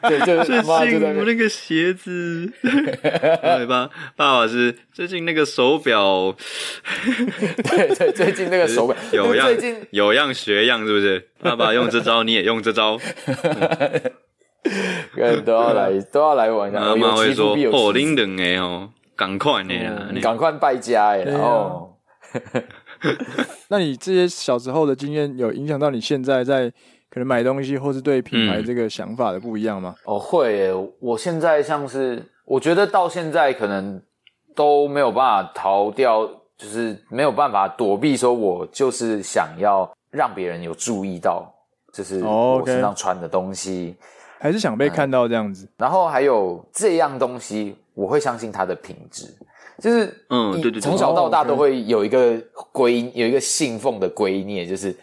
Speaker 2: 对，就是
Speaker 3: 最
Speaker 2: 妈就
Speaker 3: 近
Speaker 2: 在那
Speaker 3: 我
Speaker 2: 边
Speaker 3: 那个鞋 子，对吧？爸爸是最近那个手表
Speaker 2: 对对，最近那个手表，
Speaker 3: 有
Speaker 2: 那
Speaker 3: 样
Speaker 2: 个 最近
Speaker 3: 有样学样，是不是？爸爸用这招，你也用这 招。
Speaker 2: 呃都要来都要来玩一下，
Speaker 3: 妈
Speaker 2: 哦
Speaker 3: 妈
Speaker 2: 有
Speaker 3: 会
Speaker 2: 其父
Speaker 3: 说
Speaker 2: 必有：“
Speaker 3: 哦，啊
Speaker 2: 其
Speaker 3: 恁两个哦，赶快呢啦
Speaker 2: 嗯！”
Speaker 3: 你
Speaker 2: 赶快败家哎、
Speaker 1: 对
Speaker 2: 然
Speaker 1: 啊
Speaker 2: 后
Speaker 1: 那你这些小时候的经验有影响到你现在在可能买东西或是对品牌这个想法的不一样吗？
Speaker 2: 哦会、欸，我现在像是我觉得到现在可能都没有办法逃掉，就是没有办法躲避，说我就是想要让别人有注意到，就是
Speaker 1: 哦
Speaker 2: 我
Speaker 1: ，OK
Speaker 2: 身上穿的东西，
Speaker 1: 还是想被看到这样子？
Speaker 2: 然后还有这样东西，我会相信它的品质，就是
Speaker 3: 嗯
Speaker 2: 你
Speaker 3: 对对对
Speaker 2: 从小到大
Speaker 1: 哦，OK
Speaker 2: 都会有一个归有一个信奉的归念，就是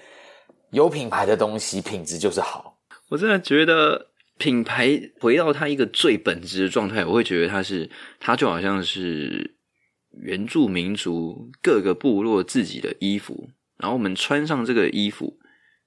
Speaker 2: 有品牌的东西品质就是好。
Speaker 3: 我真的觉得品牌回到它一个最本质的状态，我会觉得它是，它就好像是原住民族各个部落自己的衣服，然后我们穿上这个衣服，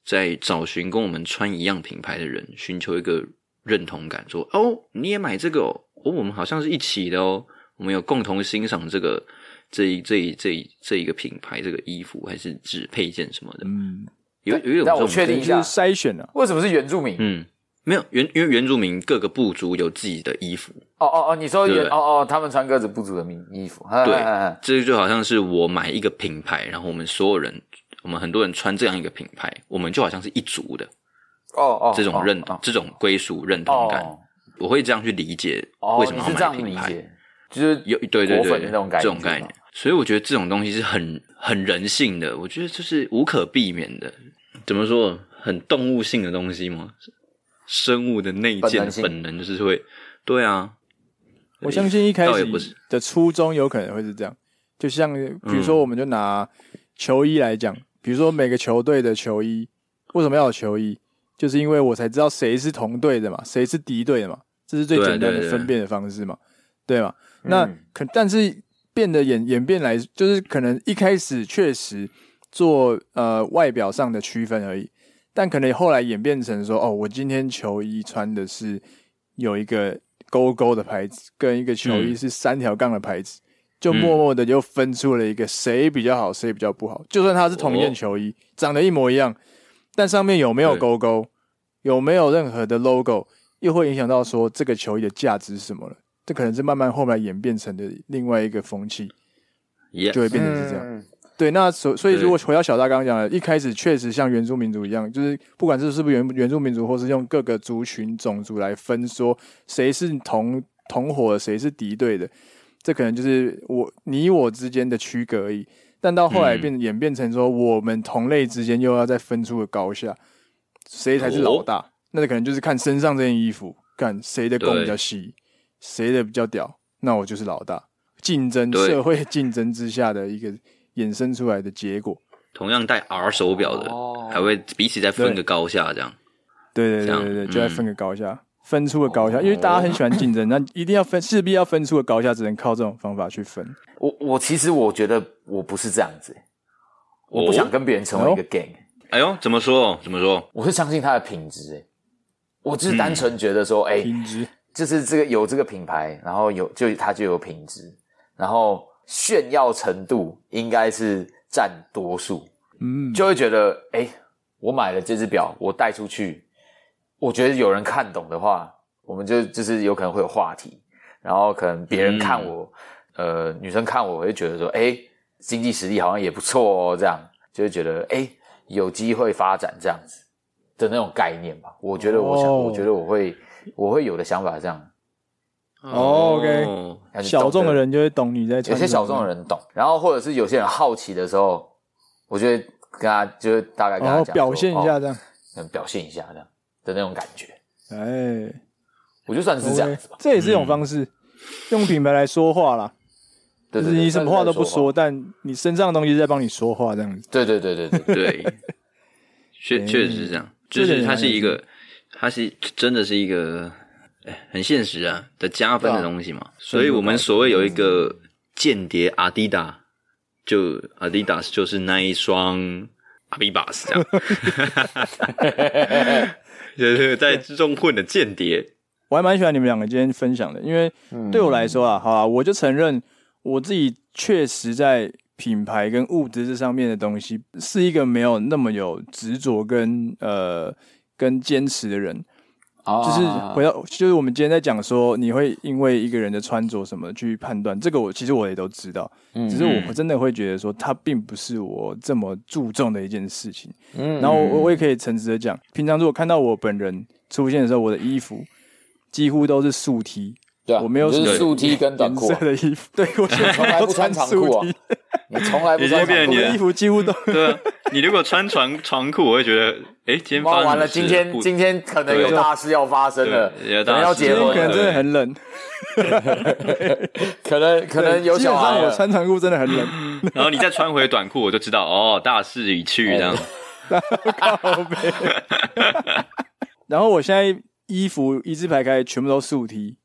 Speaker 3: 在找寻跟我们穿一样品牌的人，寻求一个认同感，说哦，你也买这个哦，哦我们好像是一起的哦，我们有共同欣赏这个。这一这一这一这一个品牌，这个衣服还是指配件什么的，
Speaker 1: 嗯，
Speaker 3: 有有一种
Speaker 2: 但
Speaker 3: 这种
Speaker 2: 我确
Speaker 1: 就
Speaker 2: 定一
Speaker 1: 是
Speaker 2: 下，
Speaker 1: 筛选啊。
Speaker 2: 为什么是原住民？
Speaker 3: 嗯，没有原，因为原住民各个部族有自己的衣服，
Speaker 2: 哦哦哦，你说
Speaker 3: 对
Speaker 2: 原
Speaker 3: 不对
Speaker 2: 哦哦，他们穿鸽子部族的民衣服，
Speaker 3: 对
Speaker 2: 嗨嗨嗨，
Speaker 3: 这就好像是我买一个品牌，然后我们所有人，我们很多人穿这样一个品牌，我们就好像是一族的
Speaker 2: 哦哦，
Speaker 3: 这种认
Speaker 2: 哦
Speaker 3: 这种归属认同感，
Speaker 2: 哦
Speaker 3: 我会这样去理解
Speaker 2: 哦，
Speaker 3: 为什么
Speaker 2: 你
Speaker 3: 要
Speaker 2: 是这
Speaker 3: 买
Speaker 2: 样
Speaker 3: 品
Speaker 2: 理
Speaker 3: 牌，
Speaker 2: 解，就是
Speaker 3: 有对对
Speaker 2: 果
Speaker 3: 对
Speaker 2: 粉那种感
Speaker 3: 这
Speaker 2: 觉哦
Speaker 3: 种概
Speaker 2: 嘛
Speaker 3: 念，所以我觉得这种东西是很很人性的，我觉得这是无可避免的，怎么说，很动物性的东西嘛，生物的内
Speaker 2: 本
Speaker 3: 建
Speaker 2: 能性
Speaker 3: 本能就是会，对啊。
Speaker 1: 我相信一开
Speaker 3: 倒也不是
Speaker 1: 始的初衷有可能会是这样，就像比如
Speaker 3: 嗯
Speaker 1: 说，我们就拿球衣来讲，比如说每个球队的球衣为什么要有球衣，就是因为我才知道谁是同队的嘛，谁是敌对的嘛，这是最
Speaker 3: 对啊
Speaker 1: 简单的
Speaker 3: 对对
Speaker 1: 分辨的方式嘛，对嘛？那
Speaker 2: 嗯
Speaker 1: 可但是变得演演变来，就是可能一开始确实做呃外表上的区分而已，但可能后来演变成说，哦，我今天球衣穿的是有一个勾勾的牌子，跟一个球衣
Speaker 3: 嗯
Speaker 1: 是三条杠的牌子，就默默的就分出了一个谁比较好，谁比较不好。就算它是同一件
Speaker 3: 哦
Speaker 1: 球衣，长得一模一样，但上面有没有
Speaker 3: 对
Speaker 1: 勾勾，有没有任何的 logo，又会影响到说这个球衣的价值是什么了。这可能是慢慢后来演变成的另外一个风气，
Speaker 3: 也
Speaker 1: 就会变成是这样。嗯对，那所所以
Speaker 3: 对
Speaker 1: 如果回到小大刚刚讲的，一开始确实像原住民族一样，就是不管是是不是原原住民族，或是用各个族群种族来分说谁是同同伙的，谁是敌对的，这可能就是我你我之间的区隔而已。但到后来
Speaker 3: 嗯
Speaker 1: 变、演变成说，我们同类之间又要再分出个高下，谁才是
Speaker 3: 哦
Speaker 1: 老大？那可能就是看身上这件衣服，看谁的弓
Speaker 3: 对
Speaker 1: 比较细，谁的比较屌，那我就是老大。竞争
Speaker 3: 对
Speaker 1: 社会竞争之下的一个衍生出来的结果。
Speaker 3: 同样戴 R 手表的，
Speaker 2: 哦
Speaker 3: 还会彼此再分个高下，这样
Speaker 1: 对对
Speaker 3: 这
Speaker 1: 对
Speaker 3: 样
Speaker 1: 对对，就
Speaker 3: 嗯
Speaker 1: 在分个高下，分出个高下，因为大家很喜欢竞争，
Speaker 2: 哦
Speaker 1: 那一定要分，势必要分出个高下，只能靠这种方法去分。
Speaker 2: 我我其实我觉得我不是这样子，欸我不
Speaker 3: 哦
Speaker 2: 想跟别人成为一个 gang，
Speaker 3: 哎呦，怎么说？怎么说？
Speaker 2: 我是相信它的品质诶、我
Speaker 3: 嗯
Speaker 2: 只是单纯觉得说，哎、
Speaker 1: 品质
Speaker 2: 就是这个有这个品牌，然后有就它就有品质，然后炫耀程度应该是占多数，
Speaker 1: 嗯，
Speaker 2: 就会觉得，哎、我买了这只表，我带出去，我觉得有人看懂的话，我们就就是有可能会有话题，然后可能别
Speaker 1: 嗯
Speaker 2: 人看我，呃，女生看我会觉得说，哎、经济实力好像也不错哦，这样就会觉得，哎、有机会发展这样子的那种概念吧。我觉得我想，
Speaker 1: 哦
Speaker 2: 我觉得我会我会有的想法是这样，
Speaker 1: 哦，OK
Speaker 3: 哦
Speaker 2: 要去懂
Speaker 1: 小众
Speaker 2: 得
Speaker 1: 的人就会懂你在讲
Speaker 2: 有
Speaker 1: 什么。
Speaker 2: 些小众的人懂，然后或者是有些人好奇的时候，我就会跟他就是大概跟
Speaker 1: 然
Speaker 2: 他
Speaker 1: 后
Speaker 2: 讲说、
Speaker 1: 表现一下
Speaker 2: 哦
Speaker 1: 这样，
Speaker 2: 嗯表现一下这样的那种感觉，
Speaker 1: 哎，
Speaker 2: 我就算是这样子吧
Speaker 1: OK，。这也是一种方式，用品牌来说话啦，
Speaker 2: 对
Speaker 1: 就
Speaker 2: 对
Speaker 1: 是
Speaker 2: 对，
Speaker 1: 你什么话都不
Speaker 2: 说
Speaker 1: 说，，但你身上的东西是在帮你说话这样子。
Speaker 2: 对对对对对，对
Speaker 3: 对，确
Speaker 1: 哎
Speaker 3: 确实是这样，
Speaker 1: 这
Speaker 3: 就
Speaker 1: 点
Speaker 3: 是它是
Speaker 1: 还
Speaker 3: 一个，它是真的是一个哎很现实啊的加分的东西嘛。所以我们所谓有一个间谍阿迪达，就阿迪达斯就是那一双阿比巴斯这样， 就是在之中混的间谍。
Speaker 1: 我还蛮喜欢你们两个今天分享的，因为对我来说啊，好啊，我就承认我自己确实在品牌跟物质这上面的东西是一个没有那么有执着跟呃跟坚持的人。 就是
Speaker 2: 啊
Speaker 1: 回到，就是我们今天在讲说，你会因为一个人的穿着什么去判断，这个我其实我也都知道，
Speaker 2: 嗯
Speaker 1: 只是我真的会觉得说，它并不是我这么注重的一件事情。
Speaker 2: 嗯
Speaker 1: 然后我我也可以诚实的讲，平常如果看到我本人出现的时候，我的衣服几乎都是素 T，
Speaker 2: 对啊
Speaker 1: 我没有
Speaker 2: 你就是
Speaker 1: 什
Speaker 2: 素
Speaker 1: 么
Speaker 2: T 跟短裤
Speaker 1: 颜
Speaker 2: 啊
Speaker 1: 色，的衣 服，对我现
Speaker 2: 从
Speaker 1: 在
Speaker 2: 来
Speaker 1: 都
Speaker 2: 不穿长
Speaker 1: 素
Speaker 2: 裤啊
Speaker 1: T，
Speaker 2: 你从来不
Speaker 3: 已经
Speaker 2: 穿
Speaker 3: 变成
Speaker 2: 长裤
Speaker 1: 我
Speaker 2: 啊
Speaker 3: 你了
Speaker 1: 的衣服几乎 都
Speaker 3: 对啊，你如果穿长长裤，我会觉得，哎，今天
Speaker 2: 哇，
Speaker 3: 发生
Speaker 2: 完了，
Speaker 3: 什
Speaker 2: 今
Speaker 3: 么事
Speaker 2: 天
Speaker 3: 不
Speaker 2: 今天可能有
Speaker 3: 对
Speaker 2: 大事要发生了，
Speaker 3: 对有大
Speaker 2: 可能
Speaker 3: 事
Speaker 2: 要
Speaker 1: 今
Speaker 2: 结
Speaker 1: 天
Speaker 2: 婚
Speaker 1: 可能
Speaker 2: 了，
Speaker 1: 真的很 冷，
Speaker 2: 可能可能有
Speaker 1: 基本
Speaker 2: 小孩
Speaker 1: 上我
Speaker 2: 了。
Speaker 1: 穿长裤真的很冷，
Speaker 3: 然后你再穿回短裤，我就知道哦，大势已去 这样。
Speaker 1: 然后我现在衣服一字排开，全部都素 T，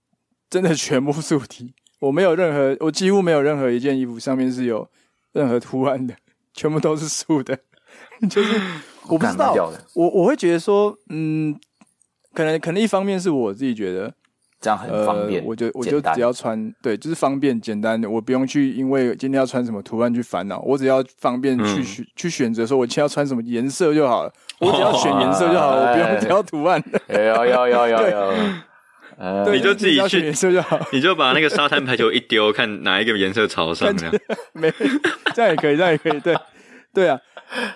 Speaker 1: 真的全部素 T，我没有任何，我几乎没有任何一件衣服上面是有任何图案的，全部都是素的， 就是我不知
Speaker 2: 干蛮
Speaker 1: 道
Speaker 2: 屌的，
Speaker 1: 我我会觉得说，嗯，可能可能一方面是我自己觉得，
Speaker 2: 这样很方便，
Speaker 1: 呃、我就我就
Speaker 2: 简单
Speaker 1: 只要穿，对，就是方便简单的，我不用去因为今天要穿什么图案去烦恼，我只要方便去
Speaker 3: 嗯
Speaker 1: 选、去选择，说我今天要穿什么颜色就好了，我只要选
Speaker 3: 哦
Speaker 1: 颜色就好了，
Speaker 2: 哇
Speaker 1: 我不
Speaker 3: 哎
Speaker 1: 用挑图案，
Speaker 2: 哎有有有 有有，呃
Speaker 1: 对，
Speaker 3: 你就自己
Speaker 1: 只要选
Speaker 3: 去
Speaker 1: 颜色就好，
Speaker 3: 你就把那个沙滩排球一丢，看哪一个颜色朝上 这样。
Speaker 1: 没这样也可以，这样也可以， 对对啊，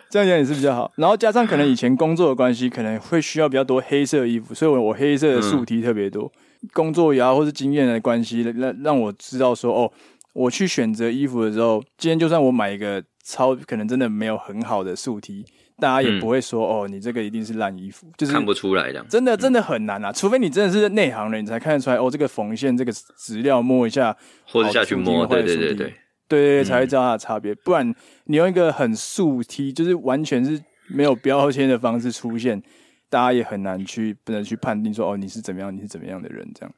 Speaker 1: 这样讲也是比较好。然后加上可能以前工作的关系，可能会需要比较多黑色衣服，所以我我黑色的素题特别多。
Speaker 3: 嗯
Speaker 1: 工作也好，或是经验的关系，让让我知道说，哦，我去选择衣服的时候，今天就算我买一个超可能真的没有很好的素题，大家也
Speaker 3: 嗯
Speaker 1: 不会说、哦，你这个一定是烂衣服，就是
Speaker 3: 看不出来这样。
Speaker 1: 真的真的很难啊，除非你真的是内行人，你才看得出来哦，这个缝线、这个质料摸一下，哦
Speaker 3: 或者下去摸
Speaker 1: 好粗
Speaker 3: 对对嗯
Speaker 1: 粗
Speaker 3: 对
Speaker 1: 低
Speaker 3: 对
Speaker 1: 对对对，才会知道它的差别。不然你用一个很素 T，就是完全是没有标签的方式出现，大家也很难去不能去判定说哦你是怎么样，你是怎么样的人这样。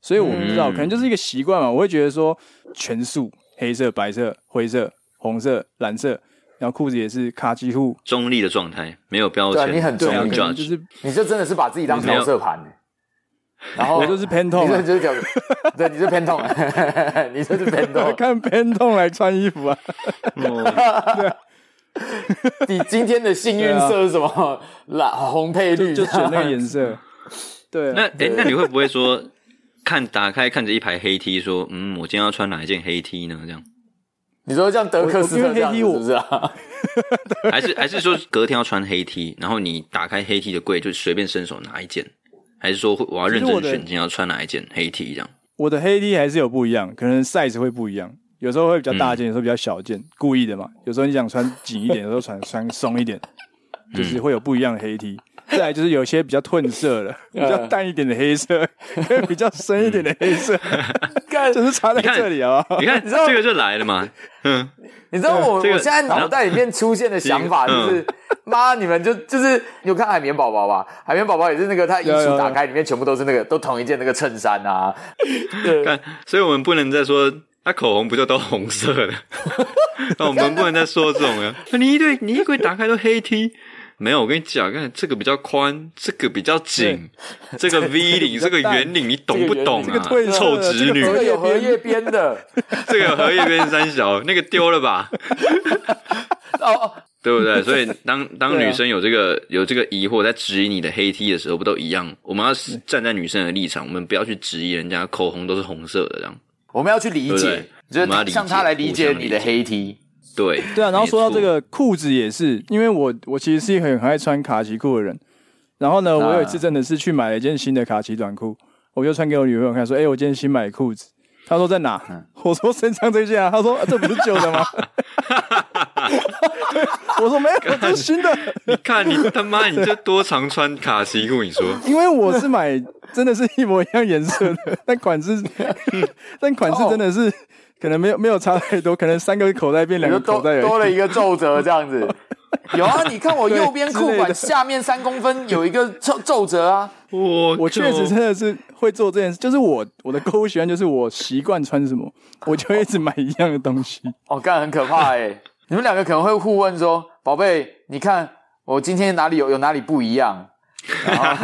Speaker 1: 所以我不知道，
Speaker 3: 嗯
Speaker 1: 可能就是一个习惯嘛。我会觉得说全素，黑色、白色、灰色、红色、蓝色，然后裤子也是卡其裤，
Speaker 3: 中立的状态，没有标
Speaker 2: 对啊
Speaker 3: 签，
Speaker 2: 你很
Speaker 3: 没有
Speaker 2: 中
Speaker 1: 可
Speaker 2: 立
Speaker 3: judge
Speaker 1: 能就是
Speaker 2: 你这真的是把自己当调色盘，欸然后
Speaker 1: 我就是偏痛
Speaker 2: 你这
Speaker 1: 啊，
Speaker 2: 就是调，对，你是偏痛，啊 你这是偏痛。
Speaker 1: 看偏痛来穿衣服啊。
Speaker 2: 你今天的幸运色是什么？蓝、红配 绿，
Speaker 1: 啊 就选那个颜色。对
Speaker 3: 那
Speaker 1: 啊，
Speaker 3: 哎、那你会不会说看打开看着一排黑 T 说，嗯，我今天要穿哪一件黑 T 呢？这样，
Speaker 2: 你说像德克斯特这样子
Speaker 1: 我我因为黑 T 我
Speaker 2: 是不是 啊？
Speaker 3: 还 是还是说隔天要穿黑 T，然后你打开黑 T 的柜就随便伸手拿一件，还是说会我要认
Speaker 1: 其实我
Speaker 3: 真
Speaker 1: 的
Speaker 3: 选今天要穿哪一件黑 T 这样？
Speaker 1: 我的黑 T 还是有不一样，可能 size 会不一样，有时候会比较大件，有时候比较小件，故意的嘛。有时候你想穿紧一点，有时候穿穿松一点，就是会有不一样的黑 T。再来就是有些比较褪色 的，比较淡一点的黑色， 跟比较深一点的黑 色，就是差在
Speaker 3: 你看
Speaker 1: 这里啊。
Speaker 3: 你看
Speaker 2: 知道
Speaker 3: 这个就来了嘛，嗯，
Speaker 2: 你知道我、
Speaker 3: 这个
Speaker 2: 我现在脑袋里面出现的想法就是，
Speaker 1: 嗯
Speaker 2: 妈，你们就就是你有看海绵宝宝吧？海绵宝宝也是那个，他衣
Speaker 1: 有有
Speaker 2: 橱
Speaker 1: 有
Speaker 2: 打开里面全部都是那个，都同一件那个衬衫啊。
Speaker 3: 嗯
Speaker 2: 对，
Speaker 3: 看，所以我们不能再说，那、口红不就都红色的？ 那我们不能再说这种了。 你一对，你衣柜打开都黑 T，没有，我跟你讲，看这个比较宽，这个比较紧，这个 V 领，这个圆领，你懂不懂
Speaker 1: 这个
Speaker 3: 啊？
Speaker 1: 褪色的
Speaker 3: 臭
Speaker 1: 这
Speaker 3: 直
Speaker 1: 个
Speaker 3: 女
Speaker 2: 这，个有
Speaker 1: 荷
Speaker 2: 荷
Speaker 1: 叶
Speaker 2: 叶边 的，
Speaker 3: 这个荷叶边三小，那个丢了吧，
Speaker 2: 哦哦，
Speaker 3: 对不对？所以当当
Speaker 1: 对啊
Speaker 3: 女生有这个有这个疑惑，在质疑你的黑 T 的时候，不都一样？我们要
Speaker 1: 嗯
Speaker 3: 是站在女生的立场，我们不要去质疑人家口红都是红色的这样。
Speaker 2: 我们要去理解，
Speaker 3: 对不对我们要
Speaker 2: 就
Speaker 3: 理解
Speaker 2: 是像他来理解你的
Speaker 3: 互相
Speaker 2: 黑 T，
Speaker 3: 对
Speaker 1: 对啊，然后说到这
Speaker 3: 没错
Speaker 1: 个裤子也是，因为我我其实是一个很很爱穿卡其裤的人。然后
Speaker 3: 啊
Speaker 1: 呢，我有一次真的是去买了一件新的卡其短裤，我就穿给我女朋友看，说：“哎、我今天新买的裤子。”她说在哪？
Speaker 3: 嗯
Speaker 1: 我说身上这件啊。她说、啊这不是旧的 吗？我说没有，这是新的。
Speaker 3: 你 看你他妈你这多常穿卡其裤，你说
Speaker 1: 因为我是买真的是一模一样颜色的，但款 式，但款
Speaker 3: 哦
Speaker 1: 式真的是可能没有没有差太多，可能三个口袋变两
Speaker 2: 就
Speaker 1: 个
Speaker 2: 多
Speaker 1: 口袋而已。
Speaker 2: 多了一个皱褶这样子。 有啊，你看我右边裤
Speaker 1: 之类的
Speaker 2: 管下面三公分有一个皱皱褶啊，
Speaker 3: 我
Speaker 1: 我
Speaker 3: 靠
Speaker 1: 确实真的是会做这件事，就是我我的购物习惯就是我习惯穿什么，我就会一直买一样的东西。
Speaker 2: 哦，干很可怕哎、 你们两个可能会互问说：“宝贝，你看我今天哪里有有哪里不一样？”
Speaker 1: 哦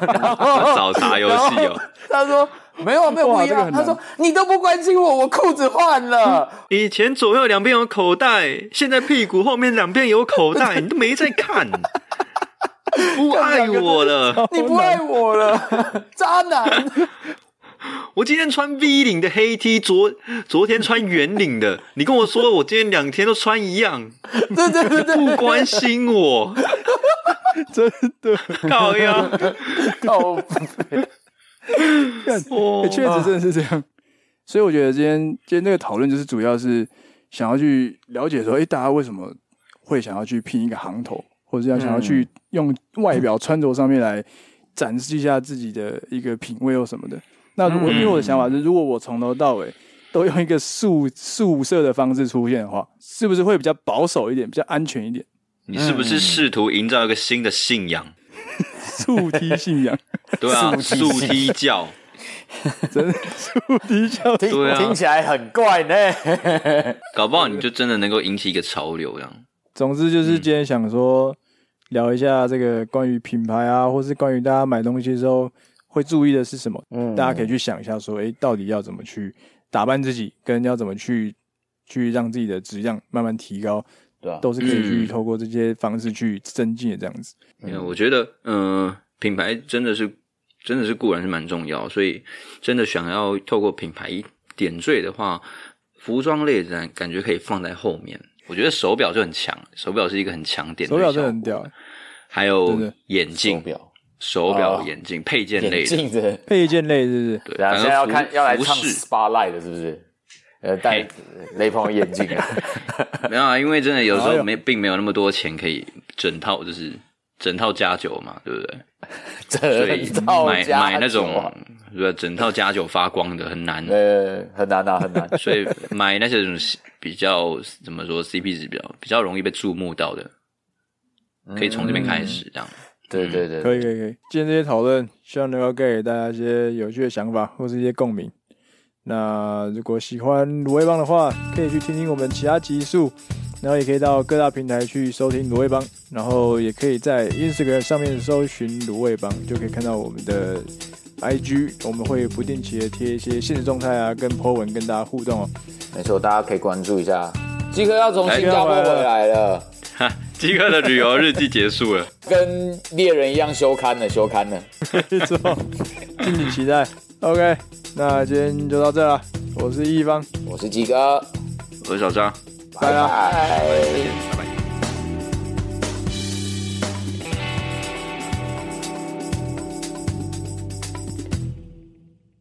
Speaker 3: 玩找茬游戏
Speaker 2: 然
Speaker 3: 哦
Speaker 2: 后。他说：“没有啊，没有不
Speaker 1: 哇
Speaker 2: 一
Speaker 1: 这个
Speaker 2: 样。
Speaker 1: 很
Speaker 2: 他
Speaker 1: 难
Speaker 2: 说：“你都不关心我，我裤子换了。
Speaker 3: 以前左右两边有口袋，现在屁股后面两边有口袋，你都没在 看，不爱我了。
Speaker 2: 你不爱我 了，渣男。
Speaker 3: 我今天穿 V 领的黑 T，昨昨天穿圆领的，你跟我说我今天两天都穿一样，
Speaker 2: 对对对对，
Speaker 3: 不关心我，
Speaker 1: 真的，
Speaker 3: 靠 呀！
Speaker 2: 哦，
Speaker 1: 欸
Speaker 3: 哦，
Speaker 1: 哎确、实真的是这样。所以我觉得今天今天这个讨论就是主要是想要去了解说，哎、大家为什么会想要去拼一个行头，或者要想要
Speaker 3: 嗯
Speaker 1: 去用外表穿着上面来展示一下自己的一个品味或什么的。那
Speaker 3: 嗯
Speaker 1: 如果、因为我的想法是，如果我从头到尾都用一个素素色的方式出现的话，是不是会比较保守一点，比较安全一点？
Speaker 3: 你是不是试图营造一个新的信仰？
Speaker 1: 素梯信仰，
Speaker 3: 对啊，
Speaker 2: 素
Speaker 3: 素梯
Speaker 2: 梯
Speaker 3: 教，
Speaker 1: 真的素梯教
Speaker 2: 听
Speaker 3: 对啊
Speaker 2: 听起来很怪呢。
Speaker 3: 搞不好你就真的能够引起一个潮流，这样
Speaker 1: 总之就是今天想说聊一下这个关于品牌啊，或是关于大家买东西的时候会注意的是什么，
Speaker 2: 嗯
Speaker 1: 大家可以去想一下说，诶，到底要怎么去打扮自己，跟要怎么去去让自己的质量慢慢提高，
Speaker 2: 对啊
Speaker 1: 都是可以去
Speaker 3: 嗯
Speaker 1: 透过这些方式去增进的这样子。
Speaker 3: 因为我觉得，嗯、品牌真的是真的是固然是蛮重要，所以真的想要透过品牌点缀的话，服装类的感觉可以放在后面。我觉得手表就很强，手表是一个很强点
Speaker 1: 手
Speaker 3: 缀
Speaker 1: 表
Speaker 3: 效
Speaker 1: 真
Speaker 3: 果，
Speaker 1: 的很屌、欸，
Speaker 3: 还
Speaker 1: 对啊
Speaker 3: 有
Speaker 1: 对
Speaker 3: 眼镜、
Speaker 2: 表、
Speaker 3: 手表、
Speaker 2: 哦
Speaker 3: 眼镜、配件类
Speaker 2: 眼
Speaker 3: 的，
Speaker 2: 镜的，
Speaker 1: 配件类是不是？
Speaker 3: 对，
Speaker 2: 对啊，
Speaker 3: 反正
Speaker 2: 现在要
Speaker 3: 服
Speaker 2: 看要来
Speaker 3: 服
Speaker 2: 唱
Speaker 3: 饰
Speaker 2: SPA Light 的是不是？呃，戴
Speaker 3: 嘿
Speaker 2: 雷朋友眼镜 啊，
Speaker 3: 没有啊，因为真的有时
Speaker 1: 哎
Speaker 3: 候
Speaker 1: 呦
Speaker 3: 没并没有那么多钱可以整套就是整套加酒嘛，对不对？所以
Speaker 2: 整套
Speaker 3: 买
Speaker 2: 家
Speaker 3: 买那
Speaker 2: 酒
Speaker 3: 种
Speaker 2: 啊
Speaker 3: 对整套加酒发光的很难，
Speaker 2: 呃很难啊，很难。
Speaker 3: 所以买那些种比较怎么说 CP 值比较比较容易被注目到的， 可以从这边开始这样。
Speaker 2: 嗯对对对，
Speaker 1: 可以可以可以，今天这些讨论希望能够给大家一些有趣的想法或是一些共鸣。那如果喜欢卤味帮的话，可以去听听我们其他集数，然后也可以到各大平台去收听卤味帮，然后也可以在 Instagram 上面搜寻卤味帮，就可以看到我们的 IG，我们会不定期的贴一些现实动态啊，跟 po 文跟大家互动哦。
Speaker 2: 没错，大家可以关注一下。基哥要从新加坡回来了，
Speaker 3: 哈，基哥的旅游日记结束了，
Speaker 2: 跟猎人一样休刊了，休刊了。
Speaker 1: 没错，敬请期待。OK，那今天就到这了，我是一方，
Speaker 2: 我是基哥，
Speaker 3: 我是小张，
Speaker 1: 拜啦。
Speaker 2: 拜。
Speaker 3: 拜拜。